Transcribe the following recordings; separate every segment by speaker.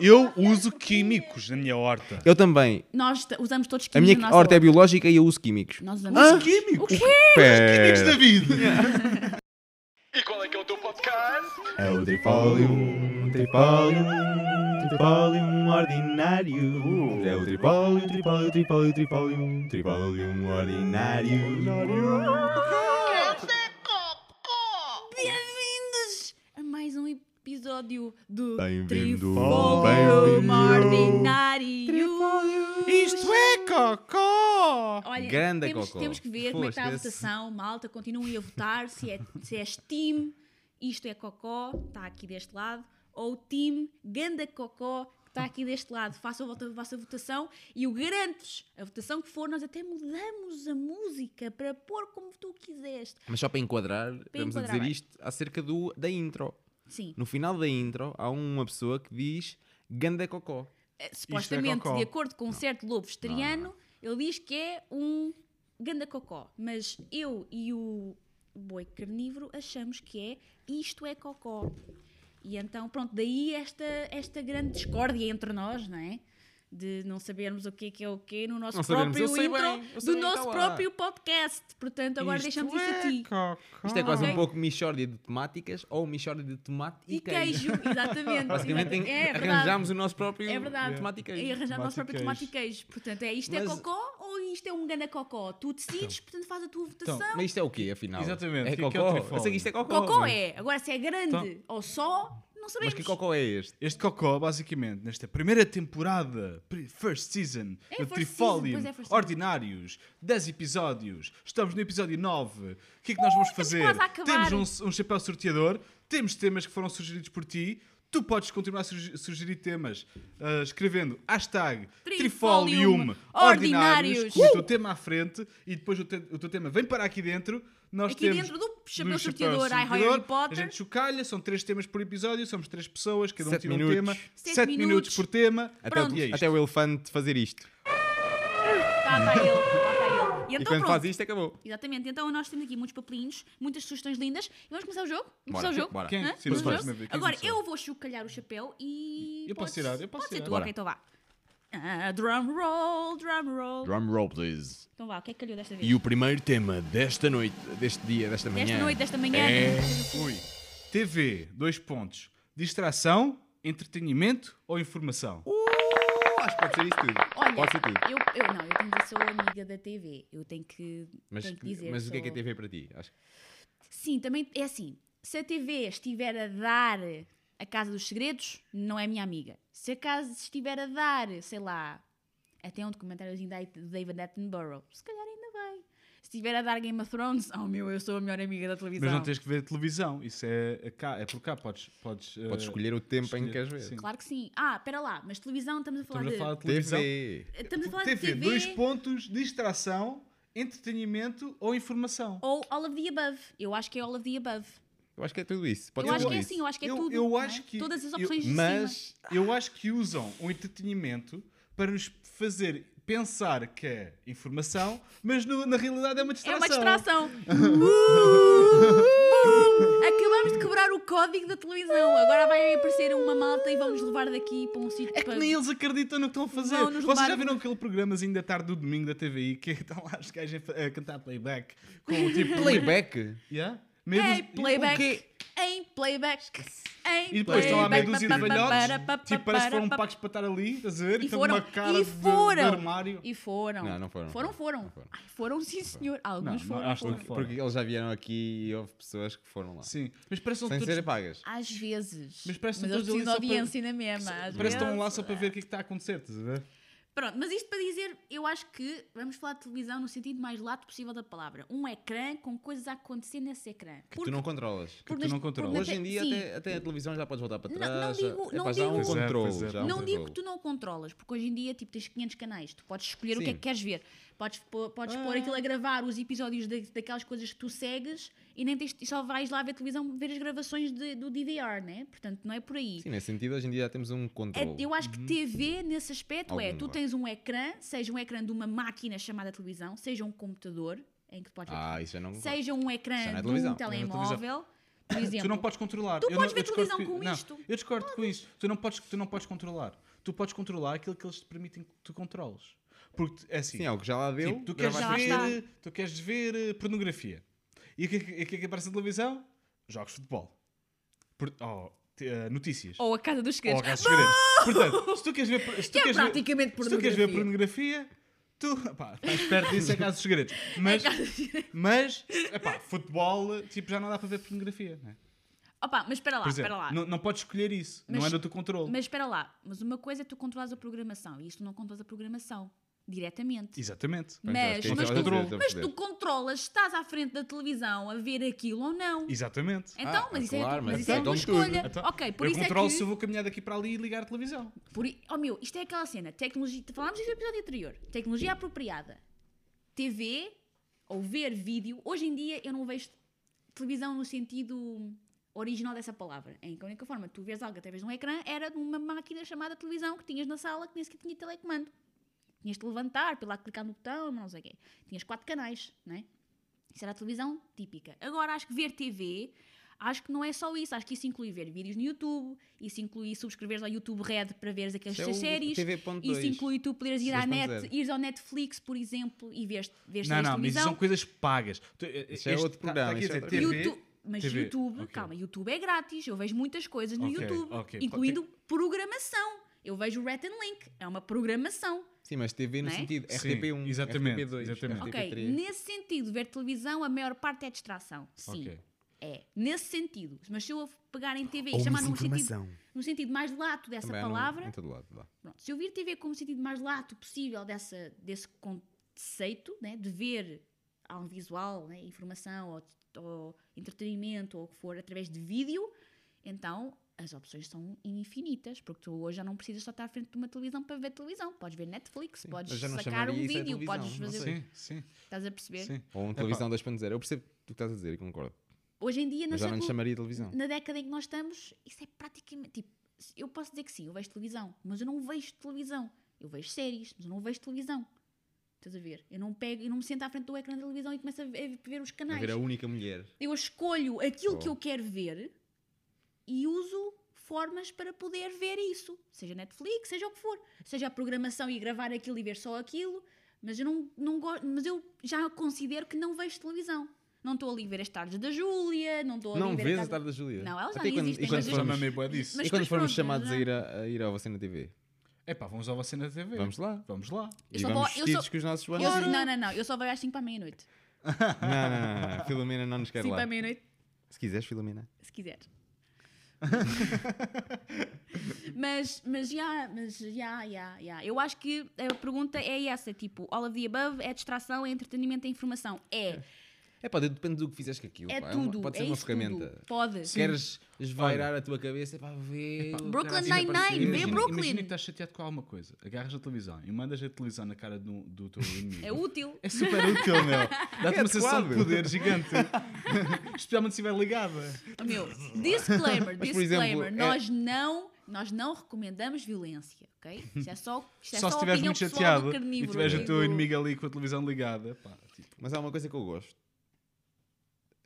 Speaker 1: Eu uso químicos na minha horta.
Speaker 2: Eu também.
Speaker 3: Nós t- usamos todos
Speaker 2: A
Speaker 3: químicos
Speaker 2: minha
Speaker 3: na
Speaker 2: horta
Speaker 3: nossa
Speaker 2: é biológica e eu uso químicos.
Speaker 3: Nós usamos
Speaker 1: Uso
Speaker 3: todos.
Speaker 1: químicos?
Speaker 3: O quê?
Speaker 1: Químicos, David!
Speaker 4: E qual é que é o teu podcast?
Speaker 5: É o um Tripólium, Tripólium, Tripólium um ordinário. É o Tripólio, Tripólio, Tripólio, Tripólium, Tripólium ordinário.
Speaker 3: Bem-vindos a mais um episódio do
Speaker 5: Bem-vindo,
Speaker 3: Trifólio
Speaker 5: bem-vindo.
Speaker 3: Ordinário.
Speaker 1: Isto é cocó!
Speaker 3: Olha,
Speaker 2: Grande
Speaker 3: temos,
Speaker 2: cocó.
Speaker 3: temos que ver como é que está a
Speaker 2: Foste esse.
Speaker 3: votação, malta, continuem a votar se, é, se és time, isto é cocó, está aqui deste lado, ou time, ganda cocó, que está aqui deste lado. Façam a vota- vossa votação e eu garanto-vos, a votação que for, nós até mudamos a música para pôr como tu quiseste.
Speaker 2: Mas só para enquadrar, estamos a
Speaker 3: enquadrar
Speaker 2: dizer
Speaker 3: bem.
Speaker 2: isto acerca do, da intro.
Speaker 3: Sim,
Speaker 2: No final da intro, há uma pessoa que diz Ganda Cocó.
Speaker 3: eh,
Speaker 2: é
Speaker 3: supostamente,
Speaker 1: cocó.
Speaker 3: de acordo com um certo lobo vegetariano, ele diz que é um ganda cocó, mas eu e o boi carnívoro achamos que é isto é cocó. E então, pronto, daí esta, esta grande discórdia entre nós, não é? De não sabermos o que é que é o quê no nosso
Speaker 2: Não sabemos,
Speaker 3: próprio
Speaker 2: eu sei
Speaker 3: intro
Speaker 2: bem, eu sei
Speaker 3: do
Speaker 2: bem,
Speaker 3: nosso
Speaker 2: tá lá.
Speaker 3: próprio podcast. Portanto, agora deixamos
Speaker 2: é
Speaker 3: isso a ti.
Speaker 1: cocó.
Speaker 2: Isto é quase
Speaker 3: Ah, Ok.
Speaker 2: um pouco mixórdia de temáticas ou mixórdia de tomate e,
Speaker 3: E queijo, exatamente.
Speaker 2: Basicamente em-
Speaker 3: é, verdade.
Speaker 2: arranjámos o nosso próprio
Speaker 3: É verdade.
Speaker 2: tomate e queijo.
Speaker 3: E arranjar o nosso próprio
Speaker 1: Tomate
Speaker 3: tomate
Speaker 1: e
Speaker 3: e queijo. Portanto, é isto é
Speaker 2: Mas-
Speaker 3: cocó ou isto é um ganda cocó? Tu decides,
Speaker 1: Então.
Speaker 3: portanto faz a tua votação.
Speaker 2: Mas isto é o quê, afinal?
Speaker 1: Exatamente,
Speaker 2: É
Speaker 1: o que é que é o
Speaker 2: cocó.
Speaker 1: trifólio?
Speaker 2: Eu sei que isto é cocó.
Speaker 3: cocó
Speaker 1: né?
Speaker 2: mas-
Speaker 3: é. Agora, se é grande
Speaker 1: Então.
Speaker 3: ou só, não sabemos.
Speaker 2: Mas que cocó é este?
Speaker 1: Este cocó, basicamente, nesta primeira temporada, pri- first season,
Speaker 3: É
Speaker 1: do
Speaker 3: first
Speaker 1: Trifolium,
Speaker 3: season, pois é, first season.
Speaker 1: Ordinários, 10 episódios, estamos no episódio 9. O que é que nós vamos fazer?
Speaker 3: quase a acabar.
Speaker 1: Temos um, um chapéu sorteador, temos temas que foram sugeridos por ti, tu podes continuar a suge- sugerir temas ah, escrevendo hashtag
Speaker 3: Trifolium
Speaker 1: Trifolium
Speaker 3: Ordinários. Uh!
Speaker 1: Ordinários, com o teu tema à frente e depois o, te- o teu tema vem para aqui dentro. Nós
Speaker 3: Aqui
Speaker 1: temos
Speaker 3: dentro do chapéu
Speaker 1: do
Speaker 3: sorteador, I
Speaker 1: sorteador,
Speaker 3: Harry Potter.
Speaker 1: A gente chocalha, são três temas por episódio, somos três pessoas, cada um
Speaker 2: Sete
Speaker 1: tira um
Speaker 2: minutos.
Speaker 1: tema.
Speaker 3: Sete
Speaker 1: Sete
Speaker 3: minutos.
Speaker 1: minutos por tema.
Speaker 2: Até,
Speaker 3: Pronto.
Speaker 1: E é
Speaker 2: o,
Speaker 1: isto.
Speaker 2: até o elefante fazer isto.
Speaker 3: Tá, tá ele, tá, tá ele. E
Speaker 2: e quando
Speaker 3: então, pronto.
Speaker 2: faz isto, acabou.
Speaker 3: Exatamente. Então, nós temos aqui muitos papelinhos, muitas sugestões lindas. E vamos começar o jogo?
Speaker 2: Bora,
Speaker 3: Vamos começar o jogo?
Speaker 2: bora.
Speaker 1: Quem?
Speaker 3: Hã?
Speaker 1: Sim,
Speaker 3: Vamos
Speaker 1: mas
Speaker 3: ao
Speaker 1: vais
Speaker 3: jogo?
Speaker 1: na vez, quem
Speaker 3: Agora,
Speaker 1: começou?
Speaker 3: eu vou chocalhar o chapéu e...
Speaker 1: Eu posso
Speaker 3: podes-
Speaker 1: tirar, eu posso
Speaker 3: Pode ser
Speaker 1: tirar.
Speaker 3: tu,
Speaker 2: Bora.
Speaker 3: ok, então vá. Ah, drum roll, drum roll.
Speaker 2: Drum roll, please.
Speaker 3: Então vá, o que é que calhou desta vez?
Speaker 2: E o primeiro tema desta noite, deste dia, desta manhã.
Speaker 3: Desta noite, desta manhã.
Speaker 2: é
Speaker 1: Ui. TV, dois pontos. Distração, entretenimento ou informação?
Speaker 2: Uh, acho que pode ser isto tudo.
Speaker 3: Olha,
Speaker 2: pode ser tudo.
Speaker 3: Eu, eu não, eu tenho que sou amiga da TV. Eu tenho que,
Speaker 2: Mas,
Speaker 3: tenho que dizer.
Speaker 2: mas o que é que é
Speaker 3: sou-
Speaker 2: TV para ti? Acho
Speaker 1: Eh,
Speaker 2: que-
Speaker 3: Sim, também é assim. Se a TV estiver a dar a Casa dos Segredos, não é minha amiga. Se a casa estiver a dar, sei lá, até um documentáriozinho da- do David Attenborough, se calhar ainda bem. Se estiver a dar Game of Thrones, oh meu, eu sou a melhor amiga da televisão.
Speaker 1: Mas não tens que ver televisão, isso é, a cá, é por cá, podes, podes, eh,
Speaker 2: Podes escolher o tempo em que
Speaker 1: escolher,
Speaker 2: queres ver.
Speaker 1: sim.
Speaker 3: Claro que sim. Ah, espera lá, mas televisão estamos a falar
Speaker 1: Estamos a
Speaker 3: de...
Speaker 1: falar de televisão.
Speaker 2: TV.
Speaker 3: Estamos a falar de
Speaker 1: TV,
Speaker 3: TV
Speaker 1: dois pontos. Distração, entretenimento ou informação?
Speaker 3: ou All of the Above. Eu acho que é All of the Above.
Speaker 2: Eu acho que é tudo isso. Pode
Speaker 3: Eu
Speaker 2: ser
Speaker 3: acho
Speaker 2: tudo
Speaker 3: que é
Speaker 2: isso.
Speaker 3: assim, eu acho que é
Speaker 1: Eu-
Speaker 3: tudo.
Speaker 1: eu
Speaker 3: não é?
Speaker 1: acho que-
Speaker 3: Todas as
Speaker 1: eu-
Speaker 3: opções de cima.
Speaker 2: Mas
Speaker 1: Eu acho que usam o entretenimento para nos fazer pensar que é informação, mas no- na realidade é uma
Speaker 3: É
Speaker 1: distração.
Speaker 3: uma distração. Bum! Acabamos de quebrar o código da televisão. Agora vai aparecer uma malta e vão-nos levar daqui para um sítio.
Speaker 1: É que
Speaker 3: para-
Speaker 1: nem eles acreditam no que estão a fazer.
Speaker 3: Vão nos
Speaker 1: Vocês
Speaker 3: levar-
Speaker 1: já viram aquele programazinho da tarde do domingo da TVI que estão lá os gajos a fa- a cantar playback com o tipo.
Speaker 2: Playback.
Speaker 1: Yeah? Meio
Speaker 3: Em
Speaker 1: dos-
Speaker 3: É playback. Em playback. Em
Speaker 1: E depois estão lá meia dúzia de velhotes, tipo, parece que foram
Speaker 3: playback.
Speaker 1: pagos para estar ali, estás a ver?
Speaker 3: E
Speaker 1: Tem
Speaker 3: foram,
Speaker 1: uma cara
Speaker 3: e
Speaker 1: de-
Speaker 3: foram,
Speaker 1: de armário.
Speaker 3: e foram.
Speaker 2: Não, não foram.
Speaker 3: Foram, foram.
Speaker 2: Não foram.
Speaker 3: Ai, foram sim, senhor. Alguns
Speaker 1: não,
Speaker 3: foram.
Speaker 1: acho que
Speaker 3: foram.
Speaker 1: Fora.
Speaker 2: Porque eles já vieram aqui e houve pessoas que foram lá.
Speaker 1: Sim, mas parecem
Speaker 2: Sem
Speaker 1: todos
Speaker 2: serem pagas.
Speaker 3: Às vezes.
Speaker 1: Mas parece que
Speaker 3: eles
Speaker 1: todos ali
Speaker 3: precisam de
Speaker 1: só para-
Speaker 3: audiência na mesma. às
Speaker 1: Parece que estão lá
Speaker 3: vezes.
Speaker 1: só para ver o que é que está a acontecer, estás a ver?
Speaker 3: Pronto, mas isto para dizer, eu acho que vamos falar de televisão no sentido mais lato possível da palavra. Um ecrã com coisas a acontecer nesse ecrã.
Speaker 2: Que tu não controlas.
Speaker 1: tu não controlas.
Speaker 2: Hoje em dia
Speaker 3: sim,
Speaker 2: até, até a televisão já podes voltar para
Speaker 3: Não-
Speaker 2: trás. já-
Speaker 3: não digo-
Speaker 2: é
Speaker 3: não
Speaker 2: pá, já há um
Speaker 1: digo- Pois é,
Speaker 2: controle.
Speaker 1: pois é.
Speaker 2: já há um
Speaker 3: Não digo
Speaker 2: controle.
Speaker 3: que tu não controlas, porque hoje em dia tipo, tens 500 canais, tu podes escolher o que é
Speaker 2: Sim.
Speaker 3: que queres ver. Podes, pô- podes pôr aquilo a
Speaker 2: Ah.
Speaker 3: gravar os episódios da- daquelas coisas que tu segues e nem tens, e só vais lá ver televisão ver as gravações de- do DVR, né? Portanto, não é por aí.
Speaker 2: Sim, nesse sentido, hoje em dia já temos um controle.
Speaker 3: É, eu acho que TV nesse aspecto é: tu
Speaker 2: Alguma.
Speaker 3: tens um ecrã, seja um ecrã de uma máquina chamada televisão, seja um computador em que tu podes ver
Speaker 2: Ah, isso já não.
Speaker 3: seja um ecrã
Speaker 2: Isso não é
Speaker 3: de um
Speaker 2: televisão.
Speaker 3: telemóvel, Por exemplo.
Speaker 1: Tu não podes controlar.
Speaker 3: Tu
Speaker 1: Eu
Speaker 3: podes
Speaker 1: não- eu
Speaker 3: ver televisão
Speaker 1: discordo
Speaker 3: com
Speaker 1: não,
Speaker 3: isto.
Speaker 1: Eu discordo com isto. Tu não, podes, tu não podes controlar. Tu podes controlar aquilo que eles te permitem que tu controles. Porque é assim.
Speaker 2: Sim, é o que já lá deu.
Speaker 1: tipo, tu,
Speaker 2: agora
Speaker 1: queres
Speaker 2: vais-
Speaker 3: Já lá
Speaker 1: ver, tu queres ver eh, pornografia. E o que, e o que é que aparece na televisão? Jogos de futebol. Por- oh, te- eh, notícias.
Speaker 3: Ou a casa dos
Speaker 1: Ou
Speaker 3: segredos.
Speaker 1: casos segredos. Portanto, se tu queres ver. Se tu
Speaker 3: Oh, Que é
Speaker 1: queres
Speaker 3: praticamente
Speaker 1: ver, se tu queres ver pornografia, tu. Pá, estás perto disso é casos segredos. Mas, mas epá, futebol, tipo, já não dá para ver pornografia, né?
Speaker 3: Opa, mas espera lá,
Speaker 1: Por
Speaker 3: Ah, espera
Speaker 1: exemplo,
Speaker 3: lá.
Speaker 1: não, não podes escolher isso. não
Speaker 3: Mas-
Speaker 1: é do teu controle.
Speaker 3: Mas espera lá. Mas uma coisa é tu controlas a programação e isto tu não controlas a programação diretamente.
Speaker 1: Exatamente.
Speaker 2: Pois,
Speaker 3: Mas,
Speaker 2: acho que
Speaker 3: mas,
Speaker 2: isso é
Speaker 3: tu,
Speaker 2: o que eu
Speaker 3: mas
Speaker 2: estou a
Speaker 3: tu controlas, estás à frente da televisão a ver aquilo ou não.
Speaker 1: Exatamente.
Speaker 3: Então,
Speaker 2: Ah,
Speaker 3: mas isso é a
Speaker 2: claro,
Speaker 3: tua, mas
Speaker 2: mas
Speaker 3: isso é a
Speaker 2: então
Speaker 3: tua
Speaker 2: tudo.
Speaker 3: escolha.
Speaker 1: Então,
Speaker 3: ok, por
Speaker 1: eu
Speaker 3: isso é
Speaker 1: controlo
Speaker 3: que...
Speaker 1: se eu vou caminhar daqui para ali e ligar a televisão.
Speaker 3: Por, i- oh meu, isto é aquela cena, tecnologia, falámos disso no episódio anterior, tecnologia apropriada, TV ou ver vídeo, hoje em dia eu não vejo televisão no sentido original dessa palavra, em que a única forma de tu veres algo através de um ecrã era de uma máquina chamada televisão que tinhas na sala que nem sequer tinha telecomando. Tinhas de levantar, pela clicar no botão, não sei o quê. Tinhas quatro canais, não é? Isso era a televisão típica. Agora, acho que ver TV, acho que não é só isso. Acho que isso inclui ver vídeos no YouTube, isso inclui subscreveres ao YouTube Red para veres aquelas
Speaker 2: Isso é o
Speaker 3: séries,
Speaker 2: TV.2.
Speaker 3: isso inclui tu poderes ir, à net,
Speaker 2: 2.0.
Speaker 3: ires ao Netflix, por exemplo, e veres,
Speaker 1: não,
Speaker 3: veres séries de
Speaker 1: não, mas isso
Speaker 3: televisão.
Speaker 1: são coisas pagas. Tu, eh,
Speaker 2: Isso é
Speaker 1: tá- tá
Speaker 2: outro programa,
Speaker 1: aqui a
Speaker 2: isso é
Speaker 1: dizer
Speaker 2: outra
Speaker 1: TV,
Speaker 3: YouTube- mas
Speaker 1: TV,
Speaker 3: YouTube,
Speaker 1: ok.
Speaker 3: calma, YouTube é grátis. Eu vejo muitas coisas no
Speaker 1: Ok,
Speaker 3: YouTube,
Speaker 1: ok.
Speaker 3: incluindo programação. Eu vejo Rat and Link, é uma programação.
Speaker 2: Sim, mas TV no
Speaker 3: Não é?
Speaker 2: sentido
Speaker 1: Sim,
Speaker 2: RTP1,
Speaker 1: exatamente,
Speaker 2: RTP2,
Speaker 1: exatamente.
Speaker 3: Ok,
Speaker 2: RTP3.
Speaker 3: nesse sentido, ver televisão, a maior parte é distração. Sim.
Speaker 1: Ok.
Speaker 3: É, nesse sentido. Mas se eu pegar em TV e chamar num sentido, num sentido mais lato
Speaker 1: é
Speaker 3: dessa
Speaker 2: Também há no-
Speaker 3: palavra,
Speaker 2: Em todo lado, vá.
Speaker 3: pronto, se eu vir TV como sentido mais lato possível dessa, desse conceito, né, de ver algo visual, né, informação ou, ou entretenimento ou o que for através de vídeo, então as opções são infinitas, porque tu hoje já não precisas só estar à frente de uma televisão para ver televisão. Podes ver Netflix, podes
Speaker 2: mas já não
Speaker 3: sacar
Speaker 2: chamaria
Speaker 3: um
Speaker 2: isso é
Speaker 3: vídeo,
Speaker 2: televisão,
Speaker 3: podes
Speaker 2: não
Speaker 3: fazer.
Speaker 1: Sim, sim,
Speaker 3: Estás a perceber?
Speaker 1: sim.
Speaker 2: Ou uma televisão 2.0. Eu percebo o que estás a dizer e concordo.
Speaker 3: Hoje em dia, no
Speaker 2: Mas já não lhe
Speaker 3: século-
Speaker 2: chamaria televisão.
Speaker 3: na década em que nós estamos, isso é praticamente. Tipo, se- eu posso dizer que sim, eu vejo televisão, mas eu não vejo televisão. Eu vejo séries, mas eu não vejo televisão. Estás a ver? Eu não pego, eu não me sento à frente do ecrã da televisão e começo a ver, a ver os
Speaker 2: A
Speaker 3: canais.
Speaker 2: ver a Oh. única mulher.
Speaker 3: Eu escolho aquilo que
Speaker 2: Boa.
Speaker 3: eu quero ver e uso formas para poder ver isso. Seja Netflix, seja o que for. Seja a programação e gravar aquilo e ver só aquilo. Mas eu, não, não gosto, mas eu já considero que não vejo televisão. Não estou ali a ver as tardes da Júlia, não estou ali
Speaker 2: Não
Speaker 3: ver
Speaker 2: vês
Speaker 3: a
Speaker 2: a
Speaker 3: casa-
Speaker 2: tarde da Julia.
Speaker 3: Não, elas já
Speaker 2: Até
Speaker 3: não
Speaker 2: quando-
Speaker 3: existem,
Speaker 2: E quando
Speaker 3: mas eu-
Speaker 2: formos-
Speaker 1: Chama-me boa disso.
Speaker 3: Mas
Speaker 2: e quando
Speaker 3: depois
Speaker 2: formos
Speaker 3: pronto,
Speaker 2: chamados
Speaker 3: já-
Speaker 2: a ir, a, a ir ao Vacina TV?
Speaker 1: Epá, vamos ao Vacina TV.
Speaker 2: Vamos lá.
Speaker 1: Vamos lá.
Speaker 3: Eu
Speaker 2: e
Speaker 3: só
Speaker 2: vamos
Speaker 3: vou- eu
Speaker 2: vestidos
Speaker 3: só-
Speaker 2: com os nossos
Speaker 3: Eu-
Speaker 2: banners.
Speaker 3: não, não, não, eu só vejo às 5 para a meia-noite.
Speaker 2: Não, não, não, não. Filomena não nos quer
Speaker 3: 5 para
Speaker 2: lá.
Speaker 3: a meia-noite,
Speaker 2: Se quiseres, Filomena.
Speaker 3: se quiser. mas, mas já, mas já, já, já. Eu acho que a pergunta é essa: tipo, all of the above é distração, é entretenimento, é informação. É,
Speaker 2: É pá, depende do que fizeres com aquilo.
Speaker 3: é
Speaker 2: pá. uma-
Speaker 3: tudo.
Speaker 2: Pode
Speaker 3: é
Speaker 2: ser uma
Speaker 3: isso tudo.
Speaker 2: ferramenta.
Speaker 3: Pode.
Speaker 2: Se queres esvairar a tua cabeça, é pá, vê. é
Speaker 3: Brooklyn
Speaker 2: Caralho,
Speaker 3: Nine-Nine,
Speaker 2: apareceu.
Speaker 3: vê
Speaker 2: Imagina-
Speaker 3: Brooklyn.
Speaker 1: Imagina que estás chateado com alguma coisa. Agarras a televisão e mandas a televisão na cara do, do teu inimigo.
Speaker 3: É útil.
Speaker 1: É super útil, meu. Dá-te uma sensação de
Speaker 2: É adequado.
Speaker 1: poder gigante. Especialmente se estiver ligada.
Speaker 3: Meu, disclaimer,
Speaker 2: Mas, por exemplo,
Speaker 3: disclaimer.
Speaker 2: é-
Speaker 3: Nós não. Nós não recomendamos violência, ok? Isto é só, isto é
Speaker 1: Só se
Speaker 3: a
Speaker 1: estiveres
Speaker 3: opinião
Speaker 1: muito
Speaker 3: pessoal do
Speaker 1: chateado e
Speaker 3: carnívoro
Speaker 1: tiveres o
Speaker 3: e
Speaker 1: teu
Speaker 3: do-
Speaker 1: inimigo ali com a televisão ligada. Pá, tipo,
Speaker 2: Mas há uma coisa que eu gosto.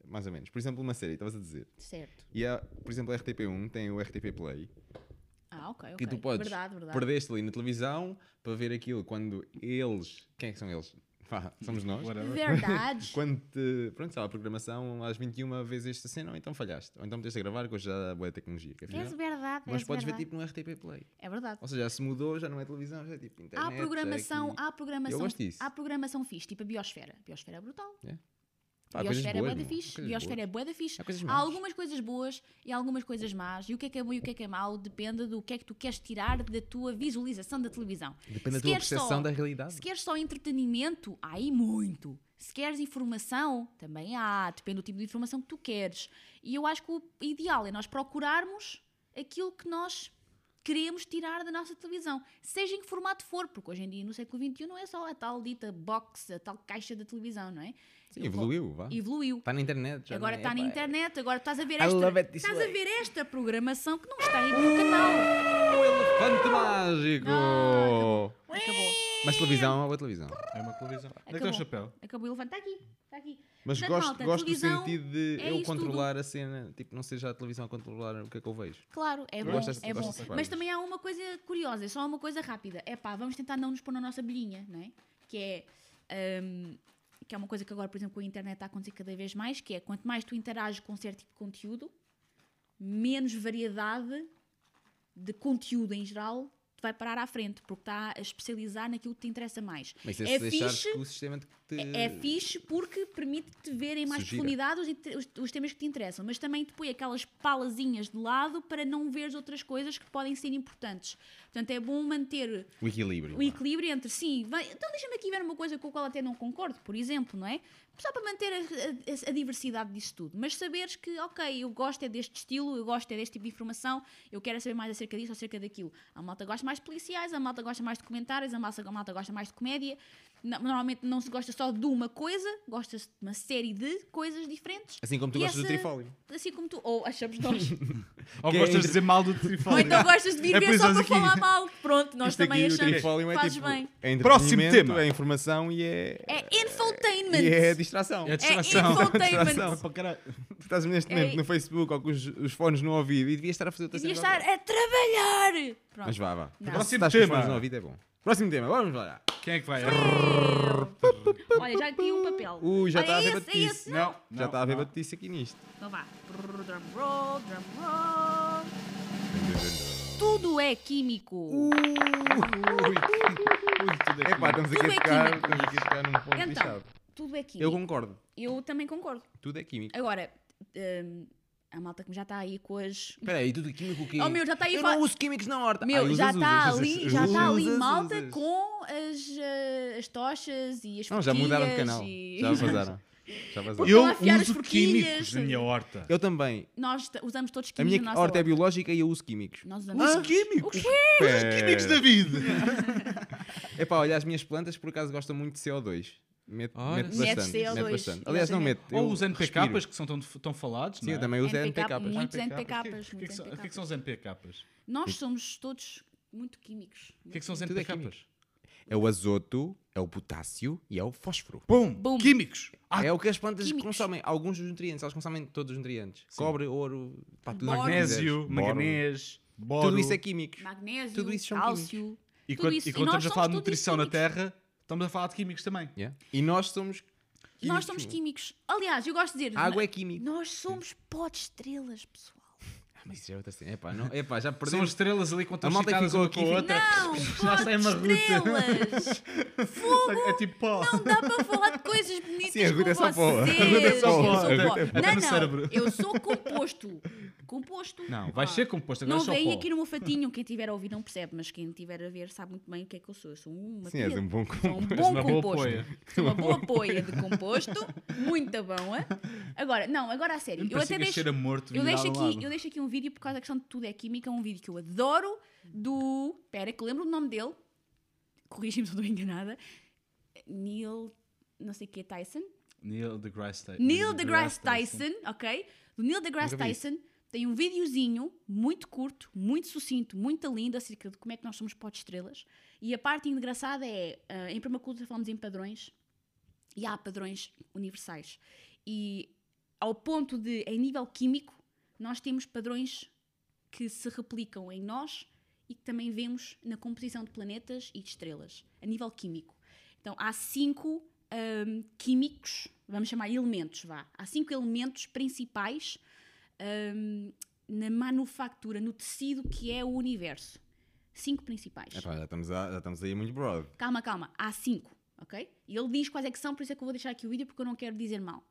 Speaker 2: Mais ou menos. Por exemplo, uma série, estavas a dizer.
Speaker 3: Certo.
Speaker 2: E há, por exemplo, a RTP1 tem o RTP Play.
Speaker 3: Ah, ok, ok.
Speaker 2: que tu podes
Speaker 3: Verdade, verdade.
Speaker 2: perdeste ali na televisão para ver aquilo quando eles. Quem é que são eles? Pá, somos nós.
Speaker 1: whatever.
Speaker 3: É Verdade.
Speaker 2: Quando te, pronto, sei lá, a programação às 21 vezes esta cena, ou então falhaste. Ou então meteste a gravar, que hoje já há boa tecnologia. é Que afinal-
Speaker 3: És É verdade,
Speaker 2: mas
Speaker 3: és
Speaker 2: podes ver
Speaker 3: verdade.
Speaker 2: tipo no RTP Play.
Speaker 3: É verdade.
Speaker 2: Ou seja, já se mudou, já não é televisão, já é tipo internet.
Speaker 3: Há
Speaker 2: já é
Speaker 3: programação,
Speaker 2: aqui.
Speaker 3: há programação.
Speaker 2: Eu gosto disso.
Speaker 3: Há programação fixe, tipo a biosfera. A biosfera é brutal.
Speaker 2: Pá,
Speaker 3: a
Speaker 2: coisas
Speaker 3: biosfera
Speaker 2: boas,
Speaker 3: é bué da
Speaker 2: meu.
Speaker 3: fixe. A
Speaker 2: Coisas
Speaker 3: biosfera é
Speaker 2: boas.
Speaker 3: bué da fixe.
Speaker 2: Há coisas más.
Speaker 3: algumas coisas boas e algumas coisas más. E o que é que é bom e o que é que é mau depende do que é que tu queres tirar da tua visualização da televisão.
Speaker 2: Depende
Speaker 3: Se
Speaker 2: da tua
Speaker 3: queres só-
Speaker 2: percepção da realidade.
Speaker 3: Se queres só entretenimento, há aí muito. Se queres informação, também há. Depende do tipo de informação que tu queres. E eu acho que o ideal é nós procurarmos aquilo que nós queremos tirar da nossa televisão. Seja em que formato for, porque hoje em dia, no século XXI, não é só a tal dita box, a tal caixa da televisão, não é?
Speaker 2: Sim,
Speaker 3: Eu-
Speaker 2: evoluiu, vá.
Speaker 3: Evoluiu.
Speaker 2: Está na internet. Já
Speaker 3: Agora
Speaker 2: não é,
Speaker 3: está na
Speaker 2: pá, é-
Speaker 3: internet, agora estás a ver
Speaker 2: I love
Speaker 3: esta,
Speaker 2: it this
Speaker 3: estás a
Speaker 2: way.
Speaker 3: ver esta programação que não está aí no canal.
Speaker 2: O elefante mágico!
Speaker 3: Ah, Acabou.
Speaker 2: Mas televisão é boa televisão.
Speaker 1: É uma televisão. Onde é que está
Speaker 3: Acabou.
Speaker 1: o chapéu?
Speaker 3: Acabou o elefante, está aqui. Está aqui.
Speaker 2: Mas
Speaker 3: Portanto,
Speaker 2: gosto,
Speaker 3: malta,
Speaker 2: gosto do
Speaker 3: televisão
Speaker 2: sentido de
Speaker 3: é
Speaker 2: eu
Speaker 3: isto
Speaker 2: controlar a cena, tipo, não seja a televisão a controlar o que é que eu vejo.
Speaker 3: Claro, é
Speaker 2: Eu
Speaker 3: bom,
Speaker 2: gosto dessa-
Speaker 3: é
Speaker 2: gosto
Speaker 3: bom.
Speaker 2: dessa parte.
Speaker 3: Mas também há uma coisa curiosa, é só uma coisa rápida. É pá, vamos tentar não nos pôr na nossa bolhinha, não é? Que é, hum, que é uma coisa que agora, por exemplo, com a internet está a acontecer cada vez mais, que é quanto mais tu interages com certo tipo de conteúdo, menos variedade de conteúdo em geral te vai parar à frente, porque está a especializar naquilo que te interessa mais.
Speaker 2: Mas
Speaker 3: é
Speaker 2: se deixares
Speaker 3: fixe-
Speaker 2: que o sistema te.
Speaker 3: É, é fixe porque permite-te ver em mais
Speaker 2: Sugira.
Speaker 3: profundidade os, inte- os- os temas que te interessam, mas também te põe aquelas palazinhas de lado para não veres outras coisas que podem ser importantes. Portanto, é bom manter
Speaker 2: O equilíbrio.
Speaker 3: o equilíbrio entre sim, vai, então deixa-me aqui ver uma coisa com a qual até não concordo, por exemplo, não é? Só para manter a, a- a diversidade disso tudo, mas saberes que, ok, eu gosto é deste estilo, eu gosto é deste tipo de informação, eu quero é saber mais acerca disso ou acerca daquilo. A malta gosta mais de policiais, a malta gosta mais de comentários, a malta, a malta gosta mais de comédia. No- Normalmente não se gosta só de uma coisa, gosta-se de uma série de coisas diferentes.
Speaker 2: Assim como tu
Speaker 3: E
Speaker 2: gostas do
Speaker 3: essa-
Speaker 2: trifólio.
Speaker 3: Assim como tu, ou achamos nós.
Speaker 1: Ou
Speaker 2: Que é
Speaker 1: gostas de
Speaker 2: entre-
Speaker 1: dizer mal do
Speaker 3: ou
Speaker 1: Trifólio?
Speaker 3: então gostas de vir
Speaker 1: É por
Speaker 3: ver
Speaker 1: isso
Speaker 3: só para
Speaker 1: aqui.
Speaker 3: falar mal. Pronto, nós
Speaker 2: Isto aqui,
Speaker 3: também
Speaker 2: o
Speaker 3: achamos.
Speaker 2: trifólio, é
Speaker 3: Fazes
Speaker 2: tipo.
Speaker 3: bem.
Speaker 2: É
Speaker 1: Próximo
Speaker 2: entretenimento,
Speaker 1: tema.
Speaker 2: É informação e é.
Speaker 3: É infotainment.
Speaker 2: E é distração.
Speaker 1: É
Speaker 2: Tu
Speaker 1: distração.
Speaker 3: infotainment.
Speaker 1: distração. para caralho.
Speaker 2: estás neste momento no Facebook ou com os, os fones no ouvido e devias estar a fazer outra
Speaker 3: É Devia
Speaker 2: cena
Speaker 3: estar
Speaker 2: qualquer.
Speaker 3: a trabalhar! Pronto.
Speaker 2: Mas vá, vá.
Speaker 3: Não.
Speaker 2: Se
Speaker 1: Próximo
Speaker 2: estás com os
Speaker 1: tema.
Speaker 2: fones no ouvido é bom. Próximo tema, vamos lá.
Speaker 1: Quem é que vai?
Speaker 3: Eu. Olha, já caiu o papel.
Speaker 2: Uh, já
Speaker 3: Olha,
Speaker 2: está a
Speaker 3: é
Speaker 2: ver
Speaker 3: esse, é
Speaker 2: batutice.
Speaker 3: esse.
Speaker 1: Não, não,
Speaker 2: Já está a ver
Speaker 1: não.
Speaker 2: batutice aqui nisto.
Speaker 3: Então vá. Brrr, Drum roll, drum roll. Tudo é
Speaker 2: Uh.
Speaker 3: químico.
Speaker 1: Ui, ui, tudo aqui.
Speaker 2: É pá, estamos aqui
Speaker 3: Tudo
Speaker 2: a
Speaker 3: é
Speaker 2: tocar,
Speaker 3: químico.
Speaker 2: estamos aqui a tocar num ponto
Speaker 3: Então.
Speaker 2: lixado.
Speaker 3: Tudo é químico.
Speaker 2: Eu
Speaker 3: Eu,
Speaker 2: concordo,
Speaker 3: também concordo.
Speaker 2: tudo é químico.
Speaker 3: Agora, hum, a malta que já está aí com as.
Speaker 2: Espera aí, tudo químico o quê?
Speaker 3: Oh, meu, já está aí a
Speaker 2: Eu
Speaker 3: fa-
Speaker 2: não uso Ah, químicos na horta.
Speaker 3: Meu,
Speaker 2: Ai,
Speaker 3: já
Speaker 2: usas,
Speaker 3: está
Speaker 2: usas,
Speaker 3: ali,
Speaker 2: usas,
Speaker 3: já está ali
Speaker 2: usas,
Speaker 3: malta
Speaker 2: usas.
Speaker 3: com as, eh, as tochas e as
Speaker 2: Não, já mudaram de
Speaker 3: forquilhas
Speaker 2: canal.
Speaker 3: e-
Speaker 2: Já vazaram. Já
Speaker 1: Eu
Speaker 2: vazaram.
Speaker 3: Estão a afiar as
Speaker 1: uso
Speaker 3: forquilhas.
Speaker 1: químicos na minha horta.
Speaker 2: Eu também.
Speaker 3: Nós t- usamos todos
Speaker 2: A
Speaker 3: químicos
Speaker 2: minha
Speaker 3: na
Speaker 2: horta,
Speaker 3: nossa
Speaker 2: é
Speaker 3: horta.
Speaker 2: biológica e eu uso químicos.
Speaker 3: Nós usamos
Speaker 1: Os
Speaker 3: químicos.
Speaker 1: químicos?
Speaker 3: O quê?
Speaker 1: Os químicos da vida.
Speaker 2: É pá, olha, as minhas plantas por acaso gostam muito de CO2. Meto,
Speaker 1: Olha.
Speaker 2: meto
Speaker 3: Metes
Speaker 2: bastante.
Speaker 3: CO2,
Speaker 2: meto bastante. Aliás, não
Speaker 3: exatamente.
Speaker 2: meto. eu
Speaker 1: Ou os NPKs
Speaker 2: respiro.
Speaker 1: que são tão, tão falados,
Speaker 2: Sim,
Speaker 1: não é?
Speaker 2: eu também uso
Speaker 3: NPK,
Speaker 2: NPKs.
Speaker 3: muito. Muitos NPKs,
Speaker 1: O que é que
Speaker 3: muitos
Speaker 1: são- o que é que
Speaker 3: NPKs.
Speaker 1: são os NPKs?
Speaker 3: Nós somos todos muito químicos.
Speaker 1: O que é que são os
Speaker 2: Tudo é
Speaker 1: NPKs?
Speaker 2: É o azoto, é o potássio e é o fósforo.
Speaker 1: Bom,
Speaker 3: Bum.
Speaker 1: químicos. Ah,
Speaker 2: é o que as plantas
Speaker 3: químicos.
Speaker 2: consomem. Alguns dos nutrientes, elas consomem todos os nutrientes. Cobre, ouro, pá, tudo o que
Speaker 1: magnésio,
Speaker 2: quiseres.
Speaker 1: manganês, boro.
Speaker 2: Tudo isso é químicos.
Speaker 3: Magnésio,
Speaker 2: Tudo isso são
Speaker 3: cálcio.
Speaker 1: E
Speaker 3: tudo
Speaker 1: quando,
Speaker 3: isso.
Speaker 1: e quando
Speaker 3: nós
Speaker 1: estamos a falar de
Speaker 3: somos tudo isso
Speaker 1: nutrição na
Speaker 3: químicos.
Speaker 1: Terra, estamos a falar de químicos também.
Speaker 2: Yeah. E nós somos químicos.
Speaker 3: Nós somos químicos. Aliás, eu gosto de dizer.
Speaker 2: A água é química.
Speaker 3: Nós somos pó de estrelas, pessoal.
Speaker 2: Ah, mas isso já é outra cena. Epá, não, epá, já
Speaker 1: São as
Speaker 2: perdemos.
Speaker 1: estrelas ali com
Speaker 2: A malta
Speaker 1: todas
Speaker 2: ficou
Speaker 1: uma
Speaker 2: aqui
Speaker 1: com a
Speaker 2: e
Speaker 1: outra.
Speaker 3: Não, pó de
Speaker 1: sai é uma ruta.
Speaker 3: estrelas.
Speaker 1: É tipo pó.
Speaker 3: Não dá para falar de coisas bonitas
Speaker 2: Sim, a
Speaker 3: com
Speaker 2: ruta é só pó. A
Speaker 3: vocês.
Speaker 2: ruta é
Speaker 3: Eu
Speaker 2: só
Speaker 3: sou
Speaker 2: pó. A
Speaker 3: pó.
Speaker 1: ruta é pó. Até no
Speaker 3: Não,
Speaker 1: cérebro.
Speaker 3: não. Eu sou composto. Composto.
Speaker 1: Não, vai
Speaker 3: Ah.
Speaker 1: ser composto. Agora
Speaker 3: Não
Speaker 1: é só
Speaker 3: veem
Speaker 1: pó.
Speaker 3: aqui no meu fatinho. Quem estiver a ouvir não percebe, mas quem estiver a ver sabe muito bem o que é que eu sou. Eu sou uma
Speaker 2: Sim, és
Speaker 3: pilha.
Speaker 2: um bom
Speaker 3: Sou um
Speaker 1: És
Speaker 3: bom
Speaker 1: uma boa
Speaker 3: composto.
Speaker 1: poia.
Speaker 3: Sou uma boa poia de composto. Muito boa. Agora, não, agora a sério.
Speaker 1: Eu,
Speaker 3: Eu até deixo,
Speaker 1: cheira morto.
Speaker 3: eu,
Speaker 1: vinha
Speaker 3: deixo
Speaker 1: lá do
Speaker 3: aqui,
Speaker 1: lado.
Speaker 3: eu deixo aqui um vídeo por causa da questão de tudo é química. Um vídeo que eu adoro do. Pera, que eu lembro o nome dele. Corrigimos se eu estou enganada. Neil. Não sei o que, Tyson.
Speaker 1: Neil deGrasse Tyson.
Speaker 3: Neil deGrasse Tyson, ok? Do Neil deGrasse
Speaker 2: Nunca vi
Speaker 3: Tyson tem um videozinho muito curto, muito sucinto, muito lindo acerca de como é que nós somos pó de estrelas. E a parte engraçada é, ah, em permacultura falamos em padrões e há padrões universais. E ao ponto de, em nível químico, nós temos padrões que se replicam em nós e que também vemos na composição de planetas e de estrelas, a nível químico. Então, há cinco hum, químicos, vamos chamar elementos, vá. Há cinco elementos principais hum, na manufatura, no tecido que é o universo. Cinco principais.
Speaker 2: Epá, já, estamos a, já estamos aí muito broad.
Speaker 3: Calma, calma. Há cinco, ok? E ele diz quais é que são, por isso é que eu vou deixar aqui o vídeo, porque eu não quero dizer mal.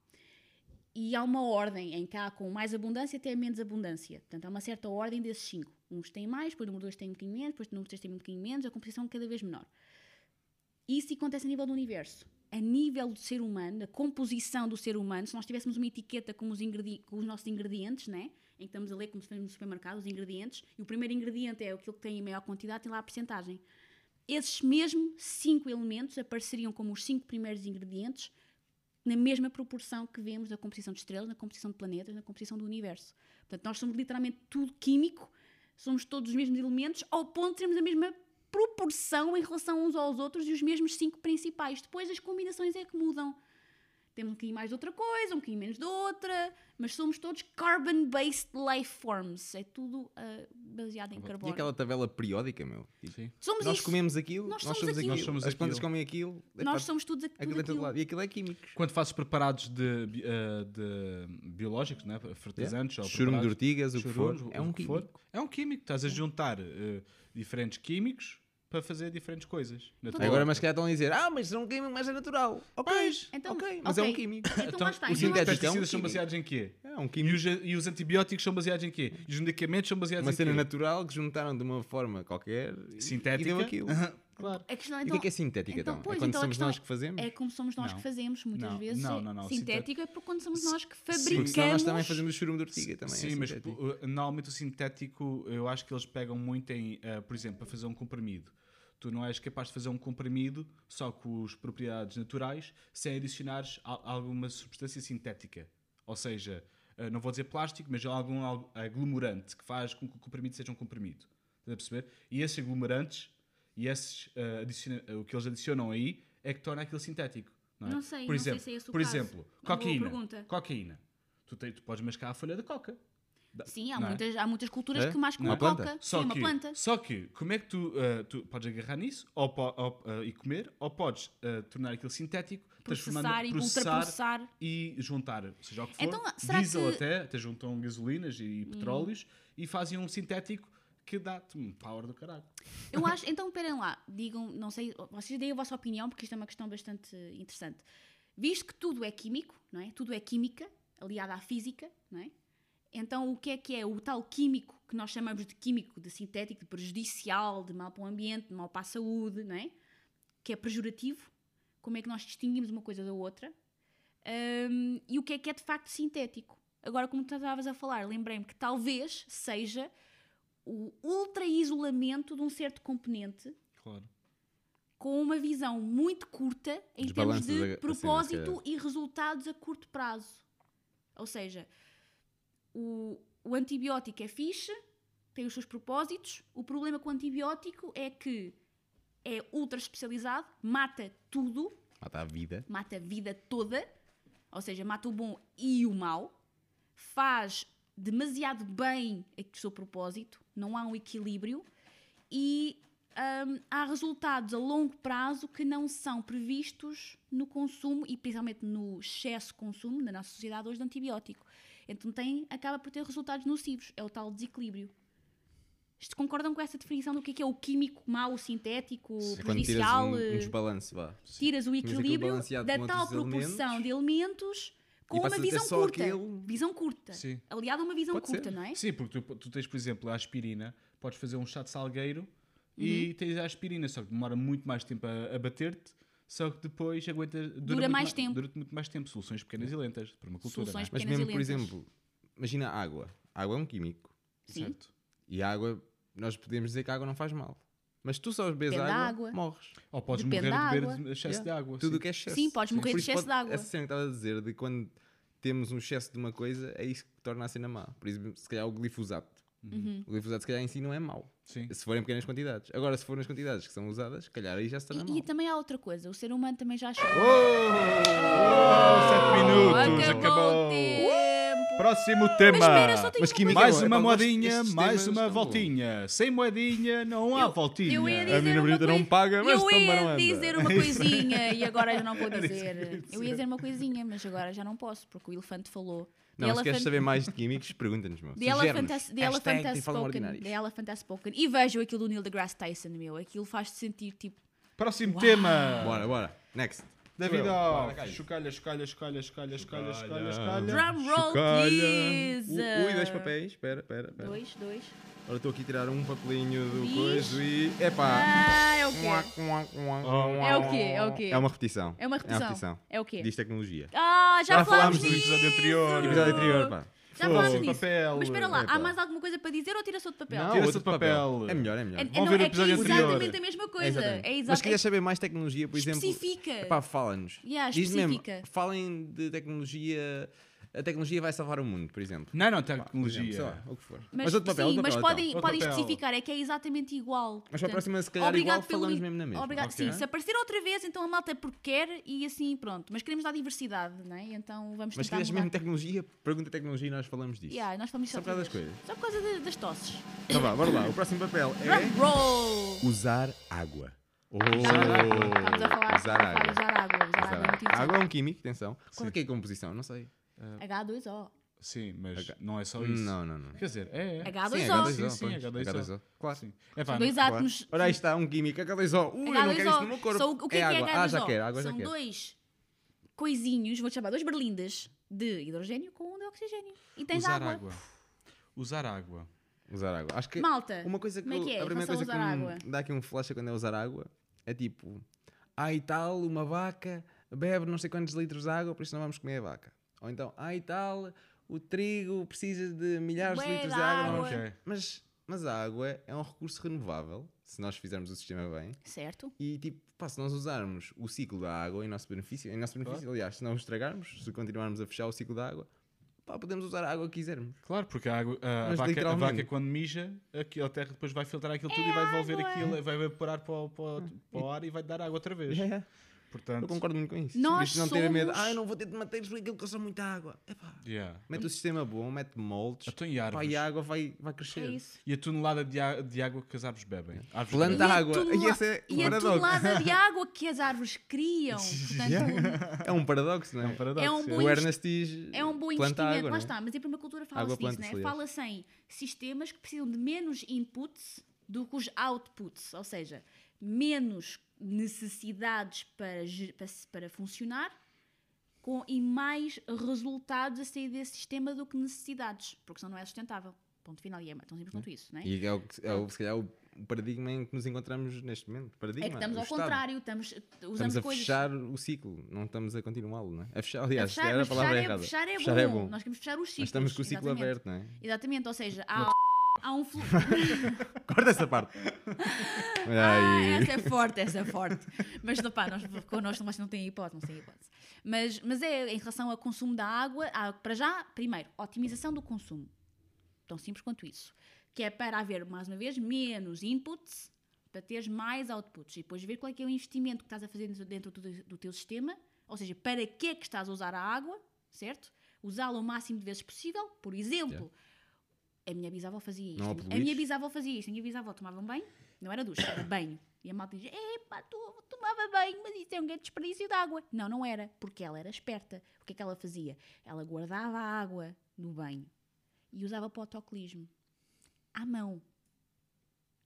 Speaker 3: E há uma ordem em que há com mais abundância até menos abundância. Portanto, há uma certa ordem desses cinco. Uns têm mais, depois o número dois tem um bocadinho menos, depois o número três tem um bocadinho menos, a composição cada vez menor. Isso acontece a nível do universo. A nível do ser humano, a composição do ser humano, se nós tivéssemos uma etiqueta com os, ingredi- com os nossos ingredientes, né? em que estamos a ler como se fosse no supermercado, os ingredientes, e o primeiro ingrediente é aquilo que tem em maior quantidade, tem lá a percentagem esses mesmos cinco elementos apareceriam como os cinco primeiros ingredientes na mesma proporção que vemos na composição de estrelas, na composição de planetas, na composição do universo. Portanto, nós somos literalmente tudo químico, somos todos os mesmos elementos, ao ponto de termos a mesma proporção em relação uns aos outros e os mesmos cinco principais. Depois as combinações é que mudam. Temos um bocadinho mais de outra coisa, um bocadinho menos de outra, mas somos todos carbon-based life forms. É tudo ah, baseado em
Speaker 2: E
Speaker 3: carbono.
Speaker 2: aquela tabela periódica, meu? Tipo,
Speaker 1: Sim.
Speaker 3: Somos
Speaker 2: nós
Speaker 3: isso.
Speaker 2: comemos aquilo,
Speaker 3: Nós
Speaker 2: nós,
Speaker 3: somos
Speaker 2: somos
Speaker 3: aquilo.
Speaker 2: aquilo,
Speaker 1: Nós somos
Speaker 2: as plantas
Speaker 1: aquilo.
Speaker 2: comem aquilo, epá,
Speaker 3: Nós somos todos aquilo,
Speaker 2: aquilo é todo lado. E aquilo é químicos.
Speaker 1: Quando fazes preparados de, bi- eh, de biológicos, né? fertilizantes ou
Speaker 2: Churume de
Speaker 1: preparados-
Speaker 2: ortigas, o que for,
Speaker 1: churumos,
Speaker 2: é um
Speaker 1: que for.
Speaker 2: químico.
Speaker 1: É um químico. Estás a juntar eh, diferentes químicos para fazer diferentes coisas. na tua
Speaker 2: Agora,
Speaker 1: horta.
Speaker 2: mas se calhar estão a dizer, ah, mas é um químico, mas é natural. Ok,
Speaker 1: Pois,
Speaker 3: então,
Speaker 2: ok, mas é
Speaker 3: ok.
Speaker 2: um químico.
Speaker 3: Então, lá está.
Speaker 1: os
Speaker 2: Então,
Speaker 3: nós-
Speaker 2: sintéticos-
Speaker 1: pesticidas
Speaker 2: é
Speaker 1: são
Speaker 2: um químico.
Speaker 1: baseados em quê?
Speaker 2: É um
Speaker 1: E
Speaker 2: químico.
Speaker 1: os, e os antibióticos são baseados em quê? E os medicamentos são baseados
Speaker 2: Uma
Speaker 1: em
Speaker 2: cena
Speaker 1: quê?
Speaker 2: natural que juntaram de uma forma qualquer e-
Speaker 1: Sintética.
Speaker 2: e deu aquilo.
Speaker 1: Aham, claro.
Speaker 3: A questão,
Speaker 2: e o
Speaker 3: então,
Speaker 2: que é que é sintética então?
Speaker 3: pois,
Speaker 2: é quando
Speaker 3: então a
Speaker 2: somos
Speaker 3: questão
Speaker 2: nós
Speaker 3: é-
Speaker 2: que fazemos?
Speaker 3: É como somos nós
Speaker 1: Não.
Speaker 3: que fazemos, muitas
Speaker 1: Não,
Speaker 3: vezes.
Speaker 1: não, não, não.
Speaker 3: Sintético é porque quando somos nós que fabricamos.
Speaker 2: Porque senão nós também fazemos churume de ortiga também. é
Speaker 1: Sim, mas
Speaker 2: sintético.
Speaker 1: pô, eh, normalmente o sintético, eu acho que eles pegam muito em, eh, por exemplo, para fazer um comprimido. Tu não és capaz de fazer um comprimido só com as propriedades naturais sem adicionares al- alguma substância sintética. Ou seja, eh, não vou dizer plástico, mas algum al- aglomerante que faz com que o comprimido seja um comprimido. Estás a perceber? E esses aglomerantes e esses, eh, adiciona- o que eles adicionam aí é que torna aquilo sintético. Não, é?
Speaker 3: Não sei,
Speaker 1: por
Speaker 3: não sei
Speaker 1: exemplo,
Speaker 3: se é esse o
Speaker 1: Por
Speaker 3: caso.
Speaker 1: exemplo,
Speaker 3: Uma boa
Speaker 1: cocaína.
Speaker 3: pergunta.
Speaker 1: Cocaína. Tu, te- tu podes mascar a folha da coca. Da-
Speaker 3: Sim, há,
Speaker 1: não é?
Speaker 3: muitas, há muitas culturas
Speaker 2: É?
Speaker 3: que mais com
Speaker 2: Uma
Speaker 3: a
Speaker 2: planta?
Speaker 3: coca.
Speaker 1: Só
Speaker 3: Sim, é
Speaker 1: que,
Speaker 3: uma planta.
Speaker 1: Só que, como é que tu, ah, tu podes agarrar nisso ou, po- ou, ah, e comer, ou podes ah, tornar aquilo sintético,
Speaker 3: Processar
Speaker 1: transformando
Speaker 3: e
Speaker 1: processar
Speaker 3: ultraprocessar.
Speaker 1: e juntar, seja o que for,
Speaker 3: Então, será
Speaker 1: diesel
Speaker 3: que-
Speaker 1: até, até juntam gasolinas e, petróleos e fazem um sintético que dá-te um power do caralho.
Speaker 3: Eu acho, então esperem lá, digam, não sei, vocês deem a vossa opinião, porque isto é uma questão bastante interessante. Visto que tudo é químico, não é? Tudo é química, aliada à física, não é? Então o que é que é o tal químico que nós chamamos de químico, de sintético, de prejudicial, de mal para o ambiente, de mal para a saúde, não é? Que é pejorativo? Como é que nós distinguimos uma coisa da outra? Hum, e o que é que é de facto sintético? Agora, como tu estavas a falar, lembrei-me que talvez seja o ultra-isolamento de um certo componente
Speaker 1: Claro.
Speaker 3: com uma visão muito curta em
Speaker 2: Os
Speaker 3: termos
Speaker 2: balanços da-
Speaker 3: de
Speaker 2: assim,
Speaker 3: propósito e resultados a curto prazo. Ou seja, o, o antibiótico é fixe, tem os seus propósitos. O problema com o antibiótico é que é ultra especializado, mata tudo,
Speaker 2: Mata a vida.
Speaker 3: mata a vida toda, ou seja, mata o bom e o mau, faz demasiado bem o seu propósito, não há um equilíbrio e hum, há resultados a longo prazo que não são previstos no consumo e principalmente no excesso de consumo na nossa sociedade hoje de antibiótico. Então tem, acaba por ter resultados nocivos, é o tal desequilíbrio. Isto concordam com essa definição do que é, que é o químico mau, o sintético, o
Speaker 2: É quando tiras
Speaker 3: prejudicial?
Speaker 2: um, um
Speaker 3: eh,
Speaker 2: desbalance, vá.
Speaker 3: tiras o
Speaker 2: aquilo
Speaker 3: equilíbrio
Speaker 2: balanceado
Speaker 3: da
Speaker 2: com
Speaker 3: tal
Speaker 2: outros
Speaker 3: proporção
Speaker 2: elementos.
Speaker 3: de elementos com
Speaker 2: E
Speaker 3: uma
Speaker 2: passas a ter
Speaker 3: visão
Speaker 2: só
Speaker 3: curta.
Speaker 2: aquele-
Speaker 3: Visão curta.
Speaker 1: Sim.
Speaker 3: Aliado a uma visão
Speaker 2: Pode ser.
Speaker 3: curta, não é?
Speaker 1: Sim, porque tu, tu tens, por exemplo, a aspirina, podes fazer um chá de salgueiro e
Speaker 3: Uhum.
Speaker 1: tens a aspirina, só que demora muito mais tempo a, a bater-te, só que depois aguenta. Dura, muito
Speaker 3: mais
Speaker 1: ma-
Speaker 3: tempo.
Speaker 1: Dura muito mais tempo. Soluções pequenas e lentas, para uma cultura.
Speaker 3: Soluções
Speaker 1: não é?
Speaker 2: Mas
Speaker 3: pequenas
Speaker 2: mesmo,
Speaker 3: e
Speaker 2: por
Speaker 3: lentas.
Speaker 2: exemplo, imagina a água. A água é um químico.
Speaker 3: Sim.
Speaker 1: Certo.
Speaker 2: E a água, nós podemos dizer que a água não faz mal. Mas tu só bebes
Speaker 3: Depende
Speaker 2: água,
Speaker 3: da água.
Speaker 2: morres.
Speaker 1: Ou podes
Speaker 3: Depende da
Speaker 1: morrer de
Speaker 3: água.
Speaker 1: beber de- excesso de água.
Speaker 2: Tudo
Speaker 1: sim.
Speaker 2: o que é excesso.
Speaker 3: Sim, podes morrer de
Speaker 2: Por isso
Speaker 3: excesso de água.
Speaker 2: Essa cena que estava a dizer, de quando temos um excesso de uma coisa, é isso que torna a cena má. Por exemplo, se calhar o glifosato.
Speaker 3: Uhum.
Speaker 2: O glifosato, se calhar, em si não é mau.
Speaker 1: Sim.
Speaker 2: Se forem pequenas quantidades. Agora, se forem as quantidades que são usadas, se calhar aí já se torna
Speaker 3: E-
Speaker 2: é mau.
Speaker 3: E, também há outra coisa, o ser humano também já achou.
Speaker 1: minutos,
Speaker 3: acabou o tempo.
Speaker 1: Próximo
Speaker 3: Mas
Speaker 1: tema.
Speaker 3: espera, só tenho
Speaker 2: Mas
Speaker 3: uma
Speaker 2: que
Speaker 3: coisa.
Speaker 1: Mais
Speaker 2: Miguel,
Speaker 1: uma
Speaker 2: eu gosto
Speaker 1: moedinha,
Speaker 2: destes
Speaker 1: mais
Speaker 2: temas,
Speaker 1: uma
Speaker 2: não vou.
Speaker 1: voltinha. Sem moedinha não há voltinha.
Speaker 3: Eu ia
Speaker 2: A
Speaker 3: dizer
Speaker 2: minha
Speaker 3: uma
Speaker 2: brita não
Speaker 3: coi-
Speaker 2: paga, mas
Speaker 3: eu
Speaker 2: também
Speaker 3: ia
Speaker 2: não anda.
Speaker 3: dizer
Speaker 2: é
Speaker 3: uma coisinha e agora eu não vou dizer. Eu ia dizer uma coisinha, mas agora já não posso, porque o elefante falou.
Speaker 2: Não,
Speaker 3: The
Speaker 2: se queres
Speaker 3: elephant-
Speaker 2: saber mais de químicos, pergunta-nos, meu.
Speaker 3: The Elephant
Speaker 2: Sugere-nos.
Speaker 3: Has,
Speaker 2: Hashtag
Speaker 3: The Elephant Has
Speaker 2: Trifalgar
Speaker 3: Spoken.
Speaker 2: Ordinários.
Speaker 3: The Elephant Has Spoken. E vejo aquilo do Neil deGrasse Tyson, meu. Aquilo faz-te sentir tipo.
Speaker 1: Próximo tema.
Speaker 2: Bora, bora. Next.
Speaker 1: David,
Speaker 2: Sou eu.
Speaker 1: ó.
Speaker 2: Bora, Caio.
Speaker 1: Chocalha, chocalha, chocalha, chocalha, chocalha, chocalha,
Speaker 2: Chocalha.
Speaker 1: chocalha.
Speaker 3: Drum roll, please!
Speaker 2: Ui, dois papéis. Espera, espera, espera.
Speaker 3: Dois, dois.
Speaker 2: Agora estou aqui a tirar um papelinho do
Speaker 3: Diz.
Speaker 2: coiso e. Epá!
Speaker 3: Ah, é o
Speaker 2: Um
Speaker 3: quê? É o quê? É o quê?
Speaker 2: É uma repetição.
Speaker 3: É uma repetição. É o quê?
Speaker 2: Diz tecnologia.
Speaker 3: Ah, já,
Speaker 2: Já
Speaker 3: falámos
Speaker 2: falámos do
Speaker 3: disso.
Speaker 1: episódio anterior.
Speaker 2: No episódio anterior, pá.
Speaker 3: Já falámos
Speaker 1: Fogo,
Speaker 3: disso.
Speaker 1: papel,
Speaker 3: Mas espera lá,
Speaker 2: epá.
Speaker 3: há mais alguma coisa para dizer ou tira só de papel?
Speaker 2: Não,
Speaker 1: Tira-se
Speaker 2: outro
Speaker 1: o papel.
Speaker 2: É melhor, é melhor.
Speaker 3: É, é,
Speaker 1: Vão
Speaker 3: não,
Speaker 1: ver o
Speaker 3: é que é
Speaker 1: episódio anterior.
Speaker 3: exatamente a mesma coisa.
Speaker 2: Exatamente.
Speaker 3: É
Speaker 2: Mas se
Speaker 3: exatamente.
Speaker 2: quiseres saber mais tecnologia, por exemplo.
Speaker 3: Especifica.
Speaker 2: Epá, fala-nos.
Speaker 3: Yeah,
Speaker 2: Diz mesmo,
Speaker 3: especifica.
Speaker 2: falem de tecnologia a tecnologia vai salvar o mundo, por exemplo.
Speaker 1: Não, não,
Speaker 2: Por exemplo, sei
Speaker 1: tecnologia.
Speaker 2: lá, o que for.
Speaker 3: Mas,
Speaker 2: outro papel,
Speaker 3: sim,
Speaker 2: outro
Speaker 3: mas
Speaker 2: papel,
Speaker 3: podem,
Speaker 2: então.
Speaker 1: Outro
Speaker 3: podem
Speaker 1: papel.
Speaker 3: especificar, é que é exatamente igual.
Speaker 2: Mas para a
Speaker 3: Portanto,
Speaker 2: próxima, se calhar, é
Speaker 3: obrigado
Speaker 2: igual, falamos mesmo na mesma.
Speaker 3: Obrigado,
Speaker 1: Ok.
Speaker 3: Sim, se aparecer outra vez, então a malta é porque quer e assim, pronto. Mas queremos dar diversidade, não é? E Então vamos
Speaker 2: Mas se
Speaker 3: tentar
Speaker 2: quiseres
Speaker 3: mudar.
Speaker 2: mesmo tecnologia, pergunta tecnologia e nós falamos disso.
Speaker 3: Yeah, nós falamos
Speaker 2: Só por
Speaker 3: outra
Speaker 2: causa das
Speaker 3: vez. Só por causa de- das tosses.
Speaker 2: Então vá, bora lá. O próximo papel
Speaker 3: Drum
Speaker 2: é.
Speaker 3: roll!
Speaker 2: Usar água. Oh,
Speaker 3: Estamos a falar
Speaker 2: usar água.
Speaker 3: Usar água. Usar água. é muito
Speaker 2: Água. água é
Speaker 3: importante.
Speaker 2: um químico, atenção. Qual é que é a composição? Não sei.
Speaker 3: É H2O.
Speaker 1: Sim, mas
Speaker 2: Ok.
Speaker 1: não é só isso.
Speaker 2: Não, não, não.
Speaker 1: Quer dizer, é. é.
Speaker 3: H2O.
Speaker 2: Sim, é
Speaker 1: Sim,
Speaker 2: H2O,
Speaker 1: sim,
Speaker 2: pois.
Speaker 1: H2O.
Speaker 2: Claro.
Speaker 1: Sim. É pá,
Speaker 3: São dois
Speaker 2: Claro.
Speaker 3: átomos.
Speaker 2: Ora, aí está um químico, H2O. Ui, eu não quero isto no meu corpo.
Speaker 3: Só o, o que é, que é
Speaker 2: água.
Speaker 3: H2O?
Speaker 2: Ah, já quero, água já
Speaker 3: São
Speaker 2: quero.
Speaker 3: dois coisinhos, vou-te chamar, dois berlindas de hidrogênio com um de oxigênio. E tens
Speaker 1: usar
Speaker 3: água.
Speaker 1: água. Usar água.
Speaker 2: Usar água. Acho que
Speaker 3: Malta,
Speaker 2: uma coisa que,
Speaker 3: como é que é
Speaker 2: eu-
Speaker 3: em
Speaker 2: a primeira
Speaker 3: relação a
Speaker 2: coisa que
Speaker 3: usar
Speaker 2: me
Speaker 3: água?
Speaker 2: dá aqui um flash quando é usar água é tipo, ai tal, uma vaca bebe não sei quantos litros de água, por isso não vamos comer a vaca. Ou então, ai tal, o trigo precisa de milhares de
Speaker 3: Bué
Speaker 2: litros
Speaker 3: de
Speaker 2: de água. não
Speaker 3: água.
Speaker 2: vamos comer."
Speaker 1: Ok.
Speaker 2: Mas, mas a água é um recurso renovável, se nós fizermos o sistema bem.
Speaker 3: Certo?
Speaker 2: E tipo, pá, se nós usarmos o ciclo da água em nosso benefício, em nosso benefício, aliás, se não o estragarmos, se continuarmos a fechar o ciclo da água, pá, podemos usar a água que quisermos.
Speaker 1: Claro, porque a, água, a,
Speaker 2: Mas
Speaker 1: vaca, a
Speaker 2: literalmente.
Speaker 1: vaca quando mija, aqui, a terra depois vai filtrar aquilo tudo e
Speaker 3: É
Speaker 1: vai devolver aquilo, vai evaporar para o, para o- para o ar e vai dar água outra vez.
Speaker 2: É. Eu
Speaker 1: Portanto,
Speaker 2: concordo muito com isso.
Speaker 3: Nós
Speaker 2: Por isso não ter medo.
Speaker 3: somos-
Speaker 2: Ah, eu não vou ter tomateiros porque aquilo custa muita água. Epá.
Speaker 1: yeah.
Speaker 2: Mete o sistema bom, mete moldes.
Speaker 1: Então, e
Speaker 2: Pá,
Speaker 1: árvores?
Speaker 2: e a água vai, vai crescer.
Speaker 3: É isso.
Speaker 1: E a tonelada de, á- de água que as árvores bebem.
Speaker 2: É.
Speaker 1: Árvores
Speaker 2: Planta
Speaker 1: bebem.
Speaker 3: a
Speaker 2: água.
Speaker 3: tonela-
Speaker 2: E esse é o
Speaker 3: e a
Speaker 2: paradoxo.
Speaker 3: tonelada de água que as árvores criam. Portanto,
Speaker 2: É um paradoxo, não é?
Speaker 1: Paradoxo,
Speaker 3: É um
Speaker 1: sim.
Speaker 3: bom
Speaker 2: o Ernest diz.
Speaker 3: É um bom
Speaker 2: planta
Speaker 3: investimento,
Speaker 2: água,
Speaker 3: lá
Speaker 2: não é?
Speaker 3: está. Mas em permacultura
Speaker 2: Água
Speaker 3: fala-se disso,
Speaker 2: planta-se,
Speaker 3: né?
Speaker 2: aliás.
Speaker 3: Fala-se em sistemas que precisam de menos inputs do que os outputs, ou seja, menos necessidades para, ge- para, se- para funcionar com, e mais resultados a sair desse sistema do que necessidades, porque senão não é sustentável. Ponto final, e é tão simples quanto isso, não é?
Speaker 2: E é, o, que- é o, se calhar o paradigma em que nos encontramos neste momento. Paradigma,
Speaker 3: É que estamos
Speaker 2: o
Speaker 3: ao
Speaker 2: estado.
Speaker 3: contrário, estamos,
Speaker 2: Estamos
Speaker 3: usamos
Speaker 2: a
Speaker 3: coisas.
Speaker 2: fechar o ciclo, não estamos a continuá-lo, não é? A fechar, aliás, se
Speaker 3: fechar,
Speaker 2: calhar
Speaker 3: mas
Speaker 2: a palavra
Speaker 3: fechar,
Speaker 2: é
Speaker 3: é,
Speaker 2: errada.
Speaker 3: fechar é
Speaker 2: fechar
Speaker 3: bom.
Speaker 2: é bom.
Speaker 3: Nós queremos fechar os ciclos.
Speaker 2: Mas estamos com o ciclo
Speaker 3: exatamente.
Speaker 2: aberto, não é?
Speaker 3: Exatamente, ou seja, há, há um fluxo.
Speaker 2: Corta essa parte.
Speaker 3: Ah,
Speaker 2: Ai.
Speaker 3: essa é forte, essa é forte. Mas pá, nós, connosco nós não tem hipótese, não tem hipótese. Mas, mas é em relação ao consumo da água, há, para já, primeiro, otimização do consumo. Tão simples quanto isso. Que é para haver, mais uma vez, menos inputs para teres mais outputs. E depois ver qual é que é o investimento que estás a fazer dentro- dentro do, do teu sistema, ou seja, para que é que estás a usar a água, certo? Usá-la o máximo de vezes possível, por exemplo. A minha bisavó fazia isto.
Speaker 2: Não a
Speaker 3: a minha
Speaker 2: poluís?
Speaker 3: bisavó fazia isto. A minha bisavó tomava um banho, não era ducha, era banho. E a malta dizia: Epá, tu tomava banho, mas isso é um grande desperdício de água. Não, não era, porque ela era esperta. O que é que ela fazia? Ela guardava a água no banho e usava para o autocolismo à mão.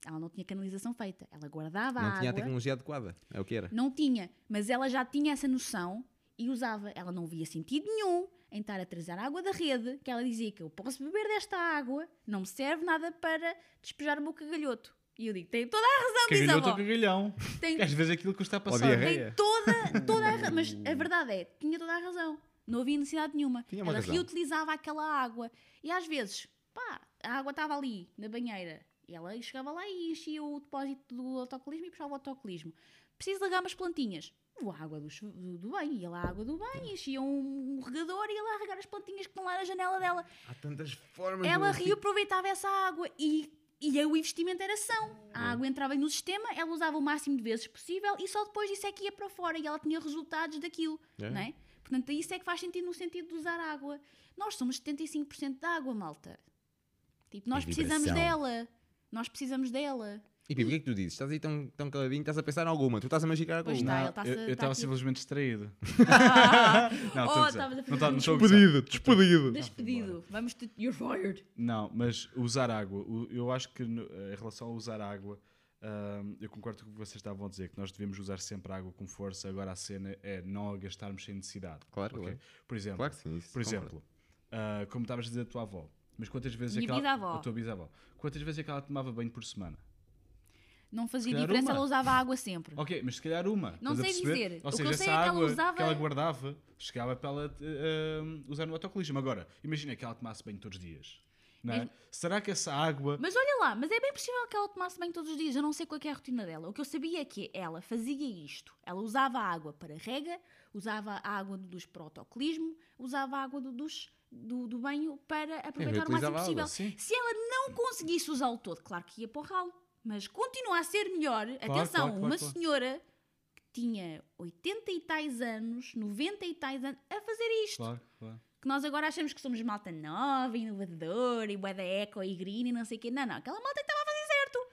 Speaker 3: Ela não tinha canalização feita. Ela guardava a
Speaker 2: Não tinha a
Speaker 3: água.
Speaker 2: tecnologia adequada. É o que era.
Speaker 3: Não tinha, mas ela já tinha essa noção e usava. Ela não via sentido nenhum em estar a trazer água da rede, que ela dizia que eu posso beber desta água, não me serve nada para despejar o meu cagalhoto. E eu digo, tem toda a razão, diz a
Speaker 1: Cagalhou
Speaker 3: avó.
Speaker 1: ou cagalhão.
Speaker 3: Tem,
Speaker 1: Às vezes é aquilo custa a passar.
Speaker 2: diarreia.
Speaker 3: tem toda, toda a razão. Mas a verdade é, tinha toda a razão. Não havia necessidade nenhuma.
Speaker 2: Tinha uma
Speaker 3: ela
Speaker 2: razão.
Speaker 3: reutilizava aquela água. E às vezes, pá, a água estava ali, na banheira. E ela chegava lá e enchia o depósito do autocolismo e puxava o autocolismo. Preciso largar umas plantinhas. Vou à água do, chu- do, do banho. Ia lá à água do banho, enchia um, um regador e ia lá regar as plantinhas que estão lá na janela dela.
Speaker 2: Há tantas formas.
Speaker 1: Uhum.
Speaker 3: Ela
Speaker 2: de-
Speaker 3: reaproveitava essa água e, e o investimento era são.
Speaker 1: Uhum.
Speaker 3: A água entrava no sistema, ela usava o máximo de vezes possível e só depois disso é que ia para fora e ela tinha resultados daquilo.
Speaker 2: É.
Speaker 3: Não é? Portanto, isso é que faz sentido no sentido de usar água. Nós somos 75% de água, malta. Tipo, nós
Speaker 2: É
Speaker 3: precisamos
Speaker 2: vibração.
Speaker 3: dela. Nós precisamos dela.
Speaker 2: E Pipo, o que é que tu dizes? Estás aí tão, tão caladinho, estás a pensar em alguma. Tu estás a magicar
Speaker 3: Pois
Speaker 2: alguma.
Speaker 3: está, Tá, ele
Speaker 1: Não,
Speaker 3: está-se-
Speaker 1: eu- eu
Speaker 3: está
Speaker 1: estava
Speaker 3: aqui.
Speaker 1: simplesmente distraído. Não, estou a
Speaker 3: oh,
Speaker 1: gozar.
Speaker 3: estavas a fazer
Speaker 1: Não tá- não
Speaker 3: um
Speaker 1: estou a gozar.
Speaker 2: Despedido, despedido.
Speaker 3: despedido. Vamos te... You're fired.
Speaker 1: Não, mas usar água, o- eu acho que no- em relação a usar água, hum, eu concordo com o que vocês estavam a dizer, que nós devemos usar sempre água com força. Agora a cena é não a gastarmos sem necessidade.
Speaker 2: Claro,
Speaker 1: ok?
Speaker 2: claro.
Speaker 1: Por exemplo,
Speaker 2: Claro que sim, isso
Speaker 1: por
Speaker 2: concordo.
Speaker 1: exemplo ah, como estavas a dizer a tua avó, mas quantas vezes
Speaker 3: Minha
Speaker 1: é que ela,
Speaker 3: bisavó.
Speaker 1: a tua bisavó, quantas vezes é que ela tomava banho por semana?
Speaker 3: Não fazia
Speaker 1: calhar
Speaker 3: diferença,
Speaker 1: uma.
Speaker 3: ela usava água sempre.
Speaker 1: Ok, mas se calhar uma.
Speaker 3: Não
Speaker 1: estás a
Speaker 3: sei
Speaker 1: perceber?
Speaker 3: dizer.
Speaker 1: Ou
Speaker 3: O que
Speaker 1: seja,
Speaker 3: eu
Speaker 1: essa
Speaker 3: sei é que ela
Speaker 1: água que
Speaker 3: usava-
Speaker 1: ela guardava chegava para ela eh, hum, usar no autocolismo. Agora, imagina que ela tomasse banho todos os dias. não é?
Speaker 3: Mas-
Speaker 1: Será que essa água
Speaker 3: Mas olha lá, mas é bem possível que ela tomasse banho todos os dias. Eu não sei qual é, que é a rotina dela. O que eu sabia é que ela fazia isto. Ela usava a água para rega, usava a água do duche para o autocolismo, usava a água do duche do, do banho para aproveitar o máximo
Speaker 2: reutilizava a água,
Speaker 3: possível.
Speaker 2: sim.
Speaker 3: Se ela não conseguisse usá-lo todo, claro que ia para o ralo, mas continua a ser melhor. Atenção,
Speaker 2: claro,
Speaker 3: uma
Speaker 2: claro.
Speaker 3: senhora que tinha 80 e tais anos, 90 e tais anos, a fazer isto.
Speaker 1: Claro, claro.
Speaker 3: Que nós agora achamos que somos malta nova, inovadora, e bué da eco e green e não sei o quê. Não, não, aquela malta que estava a fazer certo.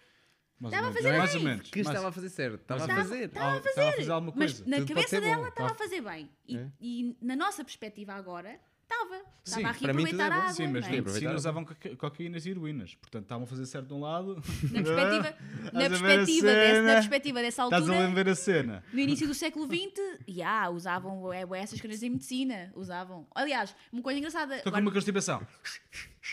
Speaker 1: Mais
Speaker 3: Estava a
Speaker 1: ou menos.
Speaker 3: fazer bem.
Speaker 1: mais ou menos.
Speaker 2: Que
Speaker 1: mais-
Speaker 2: estava a fazer certo. Estava a
Speaker 1: Estava-
Speaker 2: fazer.
Speaker 3: Estava a
Speaker 1: Al-
Speaker 3: fazer.
Speaker 1: estava a fazer alguma coisa.
Speaker 3: Mas na
Speaker 2: Tudo pode
Speaker 3: cabeça
Speaker 2: ser bom.
Speaker 3: dela estava a
Speaker 2: Tá.
Speaker 3: fazer bem. E,
Speaker 2: É.
Speaker 3: e na nossa perspectiva agora, estava.
Speaker 1: Sim,
Speaker 3: Estava a
Speaker 2: para mim tudo é
Speaker 3: reaproveitar a
Speaker 2: bom.
Speaker 3: água.
Speaker 1: Sim, mas
Speaker 3: não
Speaker 1: na
Speaker 3: é?
Speaker 2: Sim,
Speaker 1: medicina
Speaker 2: aproveitaram.
Speaker 1: usavam coca- cocaínas e heroínas. Portanto, estavam a fazer certo de um lado.
Speaker 3: na perspectiva, na
Speaker 1: Ah, Estás a ver a
Speaker 3: perspectiva, desse, na
Speaker 1: cena?
Speaker 3: perspectiva dessa
Speaker 1: Estás a
Speaker 3: altura,
Speaker 1: lembrar a cena.
Speaker 3: no início do século XX, já usavam bué- bué essas coisas em medicina. Usavam. Aliás, uma coisa engraçada.
Speaker 1: Estou com
Speaker 3: agora-
Speaker 1: uma constipação.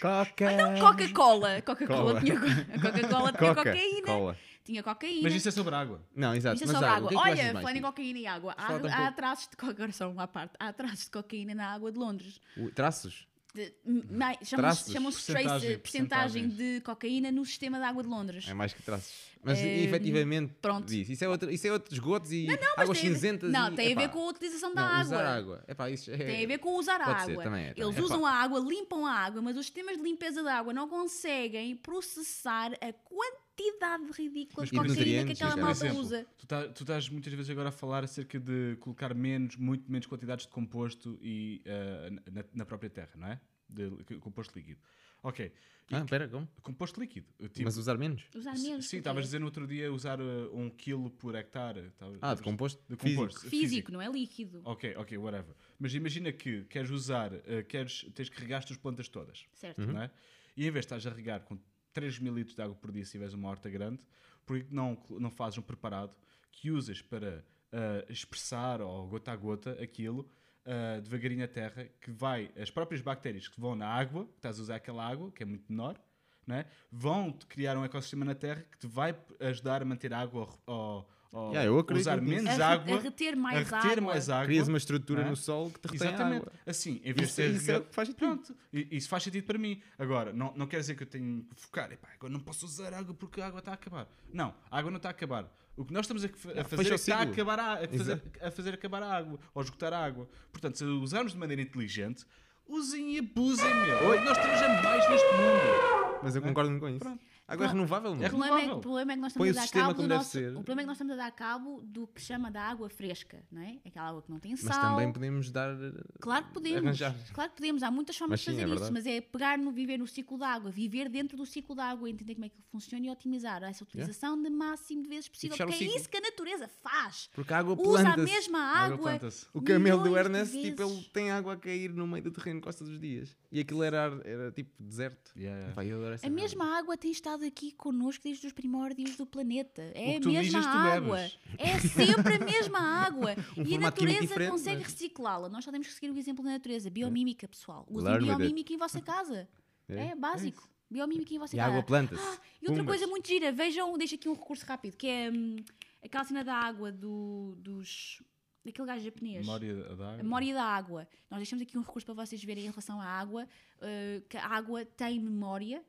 Speaker 5: Coca.
Speaker 3: Coca-Cola. Coca-Cola
Speaker 2: Cola.
Speaker 3: tinha, co- a Coca-Cola tinha
Speaker 2: Coca.
Speaker 3: é cocaína.
Speaker 2: Cola.
Speaker 3: Tinha cocaína.
Speaker 1: Mas isso é sobre água.
Speaker 2: Não, exato.
Speaker 3: Isto é
Speaker 2: mas
Speaker 3: sobre
Speaker 2: água. O
Speaker 3: água.
Speaker 2: que é que tu achas
Speaker 3: Olha,
Speaker 2: mais
Speaker 3: falando em
Speaker 2: disso?
Speaker 3: cocaína e água, há,
Speaker 2: Falta um
Speaker 3: há
Speaker 2: pouco.
Speaker 3: traços de cocaína, só uma parte, há traços de cocaína na água de Londres.
Speaker 2: O- Traços?
Speaker 3: De-
Speaker 2: Hum,
Speaker 3: mai- Chamam-se
Speaker 2: Traços,
Speaker 3: chamam trace,
Speaker 1: percentagem,
Speaker 3: percentagem de cocaína no sistema de água de Londres.
Speaker 2: É mais que traços. Mas
Speaker 3: Eh,
Speaker 2: efetivamente.
Speaker 3: pronto.
Speaker 2: Diz. Isso é outro, isso é outro esgotos e
Speaker 3: Mas
Speaker 2: águas
Speaker 3: tem a ver-
Speaker 2: cinzentas.
Speaker 3: Não,
Speaker 2: e-
Speaker 3: tem a ver
Speaker 2: epá,
Speaker 3: com a utilização da
Speaker 2: não,
Speaker 3: água.
Speaker 2: Usar água. Epá, isso é-
Speaker 3: Tem a ver com usar a
Speaker 2: Pode ser,
Speaker 3: água.
Speaker 2: também é, também
Speaker 3: Eles
Speaker 2: é.
Speaker 3: usam
Speaker 2: Epá.
Speaker 3: a água, limpam a água, mas os sistemas de limpeza da água não conseguem processar a quantidade ridícula de
Speaker 2: Mas, por
Speaker 3: cocaína que
Speaker 2: nutrientes,
Speaker 3: aquela
Speaker 2: por
Speaker 3: malta
Speaker 1: exemplo,
Speaker 3: usa.
Speaker 1: Tu, tá- tu estás muitas vezes agora a falar acerca de colocar menos, muito menos quantidades de composto e, ah, na, na própria terra, não é? De li- composto líquido. Ok. E
Speaker 2: Ah, pera, como?
Speaker 1: Composto líquido. Tipo,
Speaker 2: Mas usar menos?
Speaker 3: Usar
Speaker 1: se-
Speaker 3: menos. é.
Speaker 1: Sim,
Speaker 3: cocaína.
Speaker 1: estavas a dizer no outro dia usar ah, um quilo por hectare. tavas-
Speaker 2: Ah, de composto.
Speaker 1: De
Speaker 2: físico. Uhum.
Speaker 1: composto.
Speaker 3: Físico, não é líquido.
Speaker 1: Ok, ok, whatever. Mas imagina que queres usar, ah, queres, tens que regar as tuas plantas todas.
Speaker 3: Certo.
Speaker 2: Uhum.
Speaker 1: não é? E em vez de estás a regar com 3 mil litros de água por dia se tiveres uma horta grande, por que não, col- não fazes um preparado que usas para ah, expressar ou gota a gota aquilo ah, devagarinho a terra, que vai, as próprias bactérias que vão na água, que estás a usar aquela água, que é muito menor, não é? vão te criar um ecossistema na terra que te vai p- ajudar a manter a água ou, ou- ou
Speaker 2: Yeah, eu acredito
Speaker 1: usar
Speaker 2: nisso.
Speaker 1: menos
Speaker 3: A re-
Speaker 1: água,
Speaker 3: a reter mais
Speaker 1: a reter
Speaker 3: água.
Speaker 1: mais água.
Speaker 2: Crias uma estrutura
Speaker 1: não é?
Speaker 2: no solo que te retém a
Speaker 1: Exatamente.
Speaker 2: água.
Speaker 1: Assim, em vez
Speaker 2: Isso-
Speaker 1: de ser
Speaker 2: isso é o
Speaker 1: regado-
Speaker 2: que faz sentido.
Speaker 1: Pronto, e- isso faz sentido para mim. Agora, não, não quer dizer que eu tenho que focar. Epá, agora não posso usar água porque a água está a acabar. Não, a água não está a acabar. O que nós estamos a, fa- a fazer é
Speaker 2: fecha o
Speaker 1: que está a,
Speaker 2: ciclo.
Speaker 1: acabar a, a, fazer,
Speaker 2: Exato.
Speaker 1: a fazer acabar a água, ou esgotar a água. Portanto, se usarmos de maneira inteligente, usem e abusem, meu. Nós temos a mais neste mundo.
Speaker 2: Mas eu concordo com isso. Água é
Speaker 3: Pronto.
Speaker 2: renovável,
Speaker 3: O
Speaker 2: não
Speaker 1: É
Speaker 2: é?
Speaker 3: problema, é,
Speaker 1: renovável.
Speaker 3: o problema é que nós
Speaker 2: Põe
Speaker 3: estamos a
Speaker 2: o
Speaker 3: dar
Speaker 2: sistema
Speaker 3: cabo do
Speaker 2: como deve
Speaker 3: nosso,
Speaker 2: ser.
Speaker 3: O problema é que nós estamos a dar cabo do que se chama da água fresca, não é? Aquela água que não tem sal.
Speaker 2: Mas também podemos dar.
Speaker 3: Claro que podemos.
Speaker 2: arranjar.
Speaker 3: Claro que podemos. Há muitas
Speaker 2: Mas
Speaker 3: formas de
Speaker 2: sim,
Speaker 3: fazer
Speaker 2: é
Speaker 3: isso,
Speaker 2: verdade.
Speaker 3: mas é pegar no viver no ciclo da água, viver dentro do ciclo da água, entender como é que ele funciona e otimizar essa utilização de máximo de vezes possível.
Speaker 2: fechar o
Speaker 3: Porque é
Speaker 2: ciclo.
Speaker 3: isso que a natureza faz.
Speaker 2: Porque a água
Speaker 3: Usa a
Speaker 2: planta.
Speaker 3: mesma água.
Speaker 1: planta-se.
Speaker 2: O camelo do
Speaker 3: milhões de
Speaker 2: Ernest, tipo,
Speaker 3: vezes.
Speaker 2: ele tem água a cair no meio do terreno Costa dos Dias. E aquilo era, ar- era tipo deserto.
Speaker 1: Yeah, yeah.
Speaker 2: Epá, eu adoro essa
Speaker 3: A
Speaker 2: merda.
Speaker 3: mesma água tem estado aqui connosco desde os primórdios do planeta. É
Speaker 1: O
Speaker 3: a
Speaker 1: que tu
Speaker 3: mesma
Speaker 1: mijas, tu
Speaker 3: água.
Speaker 1: bebes.
Speaker 3: É sempre a mesma água. e a
Speaker 2: formato químico
Speaker 3: natureza
Speaker 2: diferente,
Speaker 3: consegue
Speaker 2: mas-
Speaker 3: reciclá-la. Nós só temos que seguir o exemplo da natureza. Biomímica, pessoal. Usem
Speaker 2: Learn with it.
Speaker 3: biomímica em vossa casa. É, básico. biomímica em vossa
Speaker 2: E a
Speaker 3: casa.
Speaker 2: água planta-se.
Speaker 3: Ah, e outra
Speaker 2: Pumbas.
Speaker 3: coisa muito gira, vejam, deixo aqui um recurso rápido, que é hum, aquela cena da água do, dos. daquele gajo japonês.
Speaker 1: Memória da água.
Speaker 3: A É memória da água. Nós deixamos aqui um recurso para vocês verem em relação à água, eh, que a água tem memória,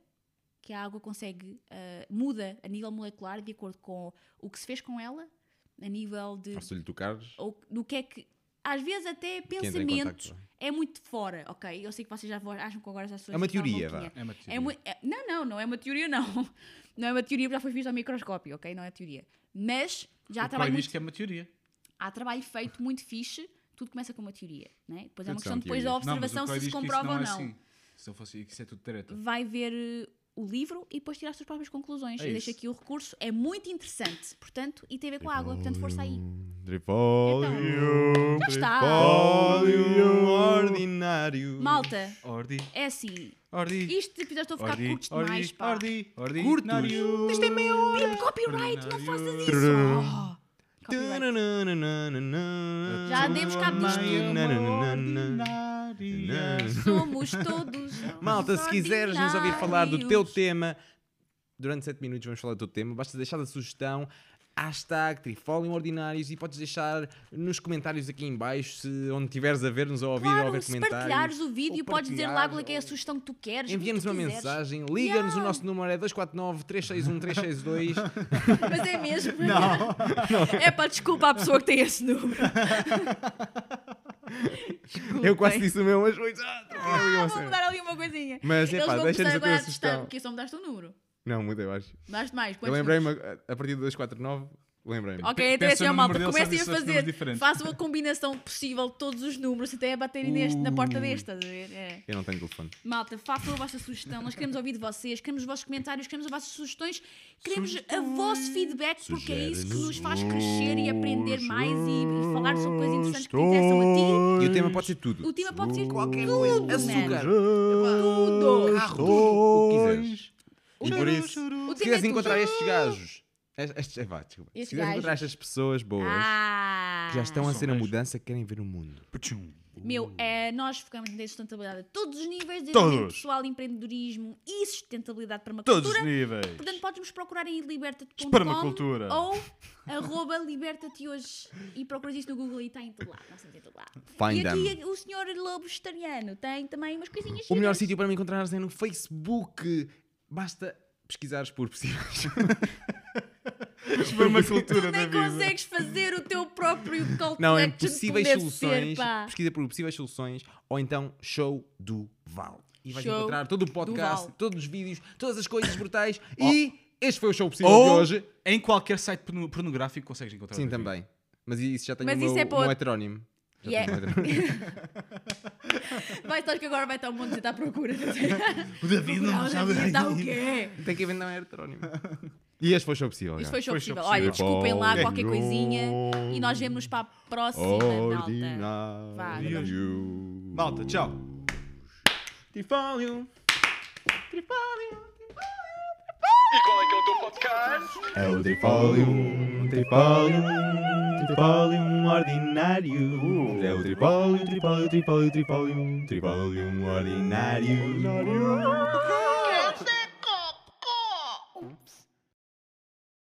Speaker 3: que a água consegue, eh, muda a nível molecular de acordo com o que se fez com ela, a nível de.
Speaker 2: Ou se lhe tocares.
Speaker 3: ou do que é que. Às vezes até
Speaker 2: entra em
Speaker 3: pensamentos
Speaker 2: contacto,
Speaker 3: é muito fora, ok? Eu sei que vocês já vo- acham que agora já sou
Speaker 2: É uma
Speaker 3: a chutar uma
Speaker 2: teoria,
Speaker 3: louquinha.
Speaker 2: vá.
Speaker 1: É uma
Speaker 3: É
Speaker 1: teoria.
Speaker 3: mu- é- não, não, não é uma teoria, não. Não é uma teoria, porque já foi visto ao microscópio, ok? Não é teoria. Mas já há
Speaker 1: O pai
Speaker 3: trabalho,
Speaker 1: diz
Speaker 3: muito,
Speaker 1: que é uma teoria.
Speaker 3: há trabalho feito muito fixe, tudo começa com uma teoria, né? Depois é uma
Speaker 2: Tudo
Speaker 3: questão
Speaker 2: são
Speaker 3: depois da
Speaker 2: teorias.
Speaker 1: Não, mas o
Speaker 3: observação
Speaker 1: Coy
Speaker 3: se se
Speaker 1: diz que isso
Speaker 3: comprova ou
Speaker 1: é
Speaker 3: não.
Speaker 1: assim. Se eu fosse, isso é tudo treta.
Speaker 3: Vai ver eh, o livro e depois tirar as suas próprias conclusões.
Speaker 1: É
Speaker 3: Eu
Speaker 1: isso.
Speaker 3: deixo aqui o recurso, é muito interessante, portanto, e tem a ver com a água, portanto, força um aí. Então,
Speaker 5: Tripólium,
Speaker 3: Já está.
Speaker 2: um
Speaker 5: tripólium ordinário.
Speaker 3: Malta,
Speaker 1: Ordi,
Speaker 3: é assim,
Speaker 1: ordi.
Speaker 3: isto episódio estou a ficar
Speaker 1: Ordi,
Speaker 3: curtos
Speaker 1: ordi,
Speaker 3: demais, pá.
Speaker 1: Ordi, ordi,
Speaker 2: Curtos.
Speaker 1: ordinário.
Speaker 3: Isto é meia hora. Copyright, não faças isso. Oh, copyright.
Speaker 2: Tananana.
Speaker 3: Já demos cabo disto tudo.
Speaker 2: Ordinária.
Speaker 3: Somos todos.
Speaker 2: Malta, se quiseres nos ouvir falar do teu
Speaker 3: ordinários.
Speaker 2: tema, durante 7 minutos vamos falar do teu tema. Basta deixar a sugestão. Hashtag Trifólio Ordinários e podes deixar nos comentários aqui em baixo se onde estiveres a ver-nos ou a ouvir ou a
Speaker 3: Claro,
Speaker 2: ver
Speaker 3: se
Speaker 2: comentários.
Speaker 3: partilhares o
Speaker 2: ou
Speaker 3: vídeo, podes dizer lá
Speaker 2: partilhares,
Speaker 3: qual é que é a
Speaker 2: ou-
Speaker 3: sugestão que tu queres. o que
Speaker 2: Envia-nos
Speaker 3: tu
Speaker 2: uma
Speaker 3: quiseres.
Speaker 2: mensagem, liga-nos, o nosso número é 249-361-362.
Speaker 3: Mas é mesmo. É pá, desculpa à pessoa que tem esse número.
Speaker 2: Eu quase
Speaker 3: Desculpem.
Speaker 2: disse o meu, mas foi. Ah, troquei ali uma
Speaker 3: Vou
Speaker 2: cena.
Speaker 3: mudar ali uma coisinha.
Speaker 2: Mas
Speaker 3: Eles
Speaker 2: epá,
Speaker 3: vão
Speaker 2: deixa-nos
Speaker 3: começar
Speaker 2: a tua
Speaker 3: agora a testar,
Speaker 2: sugestão.
Speaker 3: porque só mudaste um número.
Speaker 2: Não, muda, eu acho.
Speaker 3: Mudaste mais.
Speaker 2: Eu
Speaker 3: quantos
Speaker 2: lembrei-me
Speaker 3: números?
Speaker 2: a a partir de 249, lembrei-me.
Speaker 3: Ok, então é
Speaker 1: Peça
Speaker 3: assim, ó,
Speaker 1: o número
Speaker 3: malta.
Speaker 1: deles, sabe
Speaker 2: um
Speaker 3: Comecem a
Speaker 1: se são números
Speaker 3: fazer.
Speaker 1: diferentes.
Speaker 3: Façam a combinação possível de todos os números, até a baterem neste, na porta
Speaker 2: Ui.
Speaker 3: deste. estás a ver? É.
Speaker 2: Eu não tenho telefone.
Speaker 3: Malta, façam a vossa sugestão. Nós queremos ouvir de vocês, queremos os vossos comentários, queremos as vossas sugestões, queremos o vosso feedback, porque é isso que nos faz crescer e aprender mais e, e falar sobre coisas interessantes que te interessam a
Speaker 2: E o tema pode ser tudo.
Speaker 3: ti. O tema pode ser qualquer coisa.
Speaker 2: Açúcar,
Speaker 3: Tudo.
Speaker 2: carro, tudo o que quiseres.
Speaker 3: O
Speaker 2: E por
Speaker 3: tema-
Speaker 2: isso,
Speaker 3: o
Speaker 2: se
Speaker 3: tema é
Speaker 2: quiseres
Speaker 3: tudo.
Speaker 2: encontrar estes gajos, estes, estes- vá, desculpa. se
Speaker 3: Estes
Speaker 2: quiseres encontrar
Speaker 3: gajos.
Speaker 2: estas pessoas boas
Speaker 3: Ah!
Speaker 2: que já estão a
Speaker 1: São
Speaker 2: ser a
Speaker 1: gajos.
Speaker 2: mudança que querem ver o mundo.
Speaker 3: Meu, é, nós focamos na sustentabilidade a todos os níveis, desde o pessoal, empreendedorismo e sustentabilidade para uma
Speaker 1: Todos os
Speaker 3: cultura.
Speaker 1: níveis.
Speaker 3: Portanto, podes-nos procurar em liberta-te.com
Speaker 1: Espermacultura.
Speaker 3: ou arroba liberta-te hoje e procuras isso no Google e está em todo lado. Nós estamos em todo lado.
Speaker 2: Find
Speaker 3: e aqui é
Speaker 2: them.
Speaker 3: o senhor lobo vegetariano tem também umas coisinhas
Speaker 2: O melhor
Speaker 3: giras.
Speaker 2: sítio para me encontrar é no Facebook. Basta pesquisares por possíveis.
Speaker 1: Foi uma cultura
Speaker 3: Tu nem consegues fazer o teu próprio call
Speaker 2: Não, é
Speaker 3: to action
Speaker 2: possíveis
Speaker 3: como deve
Speaker 2: soluções.
Speaker 3: Ser, pá.
Speaker 2: pesquisa por possíveis soluções ou então show do Val. E vais
Speaker 3: Show
Speaker 2: encontrar todo o
Speaker 3: Val.
Speaker 2: podcast, todos os vídeos, todas as coisas brutais.
Speaker 1: Oh.
Speaker 2: E este foi o show possível de
Speaker 1: Ou
Speaker 2: hoje.
Speaker 1: em qualquer site porno- pornográfico consegues encontrar.
Speaker 2: Sim,
Speaker 1: o David.
Speaker 2: também. Mas isso já tem
Speaker 3: Mas
Speaker 2: o
Speaker 3: isso
Speaker 2: meu,
Speaker 3: é
Speaker 2: o
Speaker 3: para
Speaker 2: meu
Speaker 3: outro-
Speaker 2: heterónimo. Já
Speaker 3: Yeah.
Speaker 2: tenho o meu heterónimo.
Speaker 3: Vai, sabes que agora vai estar um monte de gente à procura.
Speaker 1: O David não sabe.
Speaker 3: Dá o quê?
Speaker 2: Tem que inventar um heterónimo. E este foi o show possível.
Speaker 3: é Isto
Speaker 2: já.
Speaker 1: Foi
Speaker 3: foi show possível.
Speaker 1: show possível.
Speaker 3: Olha, desculpem lá qualquer coisinha e nós vemos para a próxima, malta. Vá,
Speaker 5: Ordinário.
Speaker 3: vamos.
Speaker 1: Malta, tchau.
Speaker 5: Trifólio.
Speaker 4: E qual é que é o teu podcast?
Speaker 5: É o trifólio, trifólio, trifólio ordinário. É o trifólio, trifólio, trifólio, trifólio, trifólio ordinário.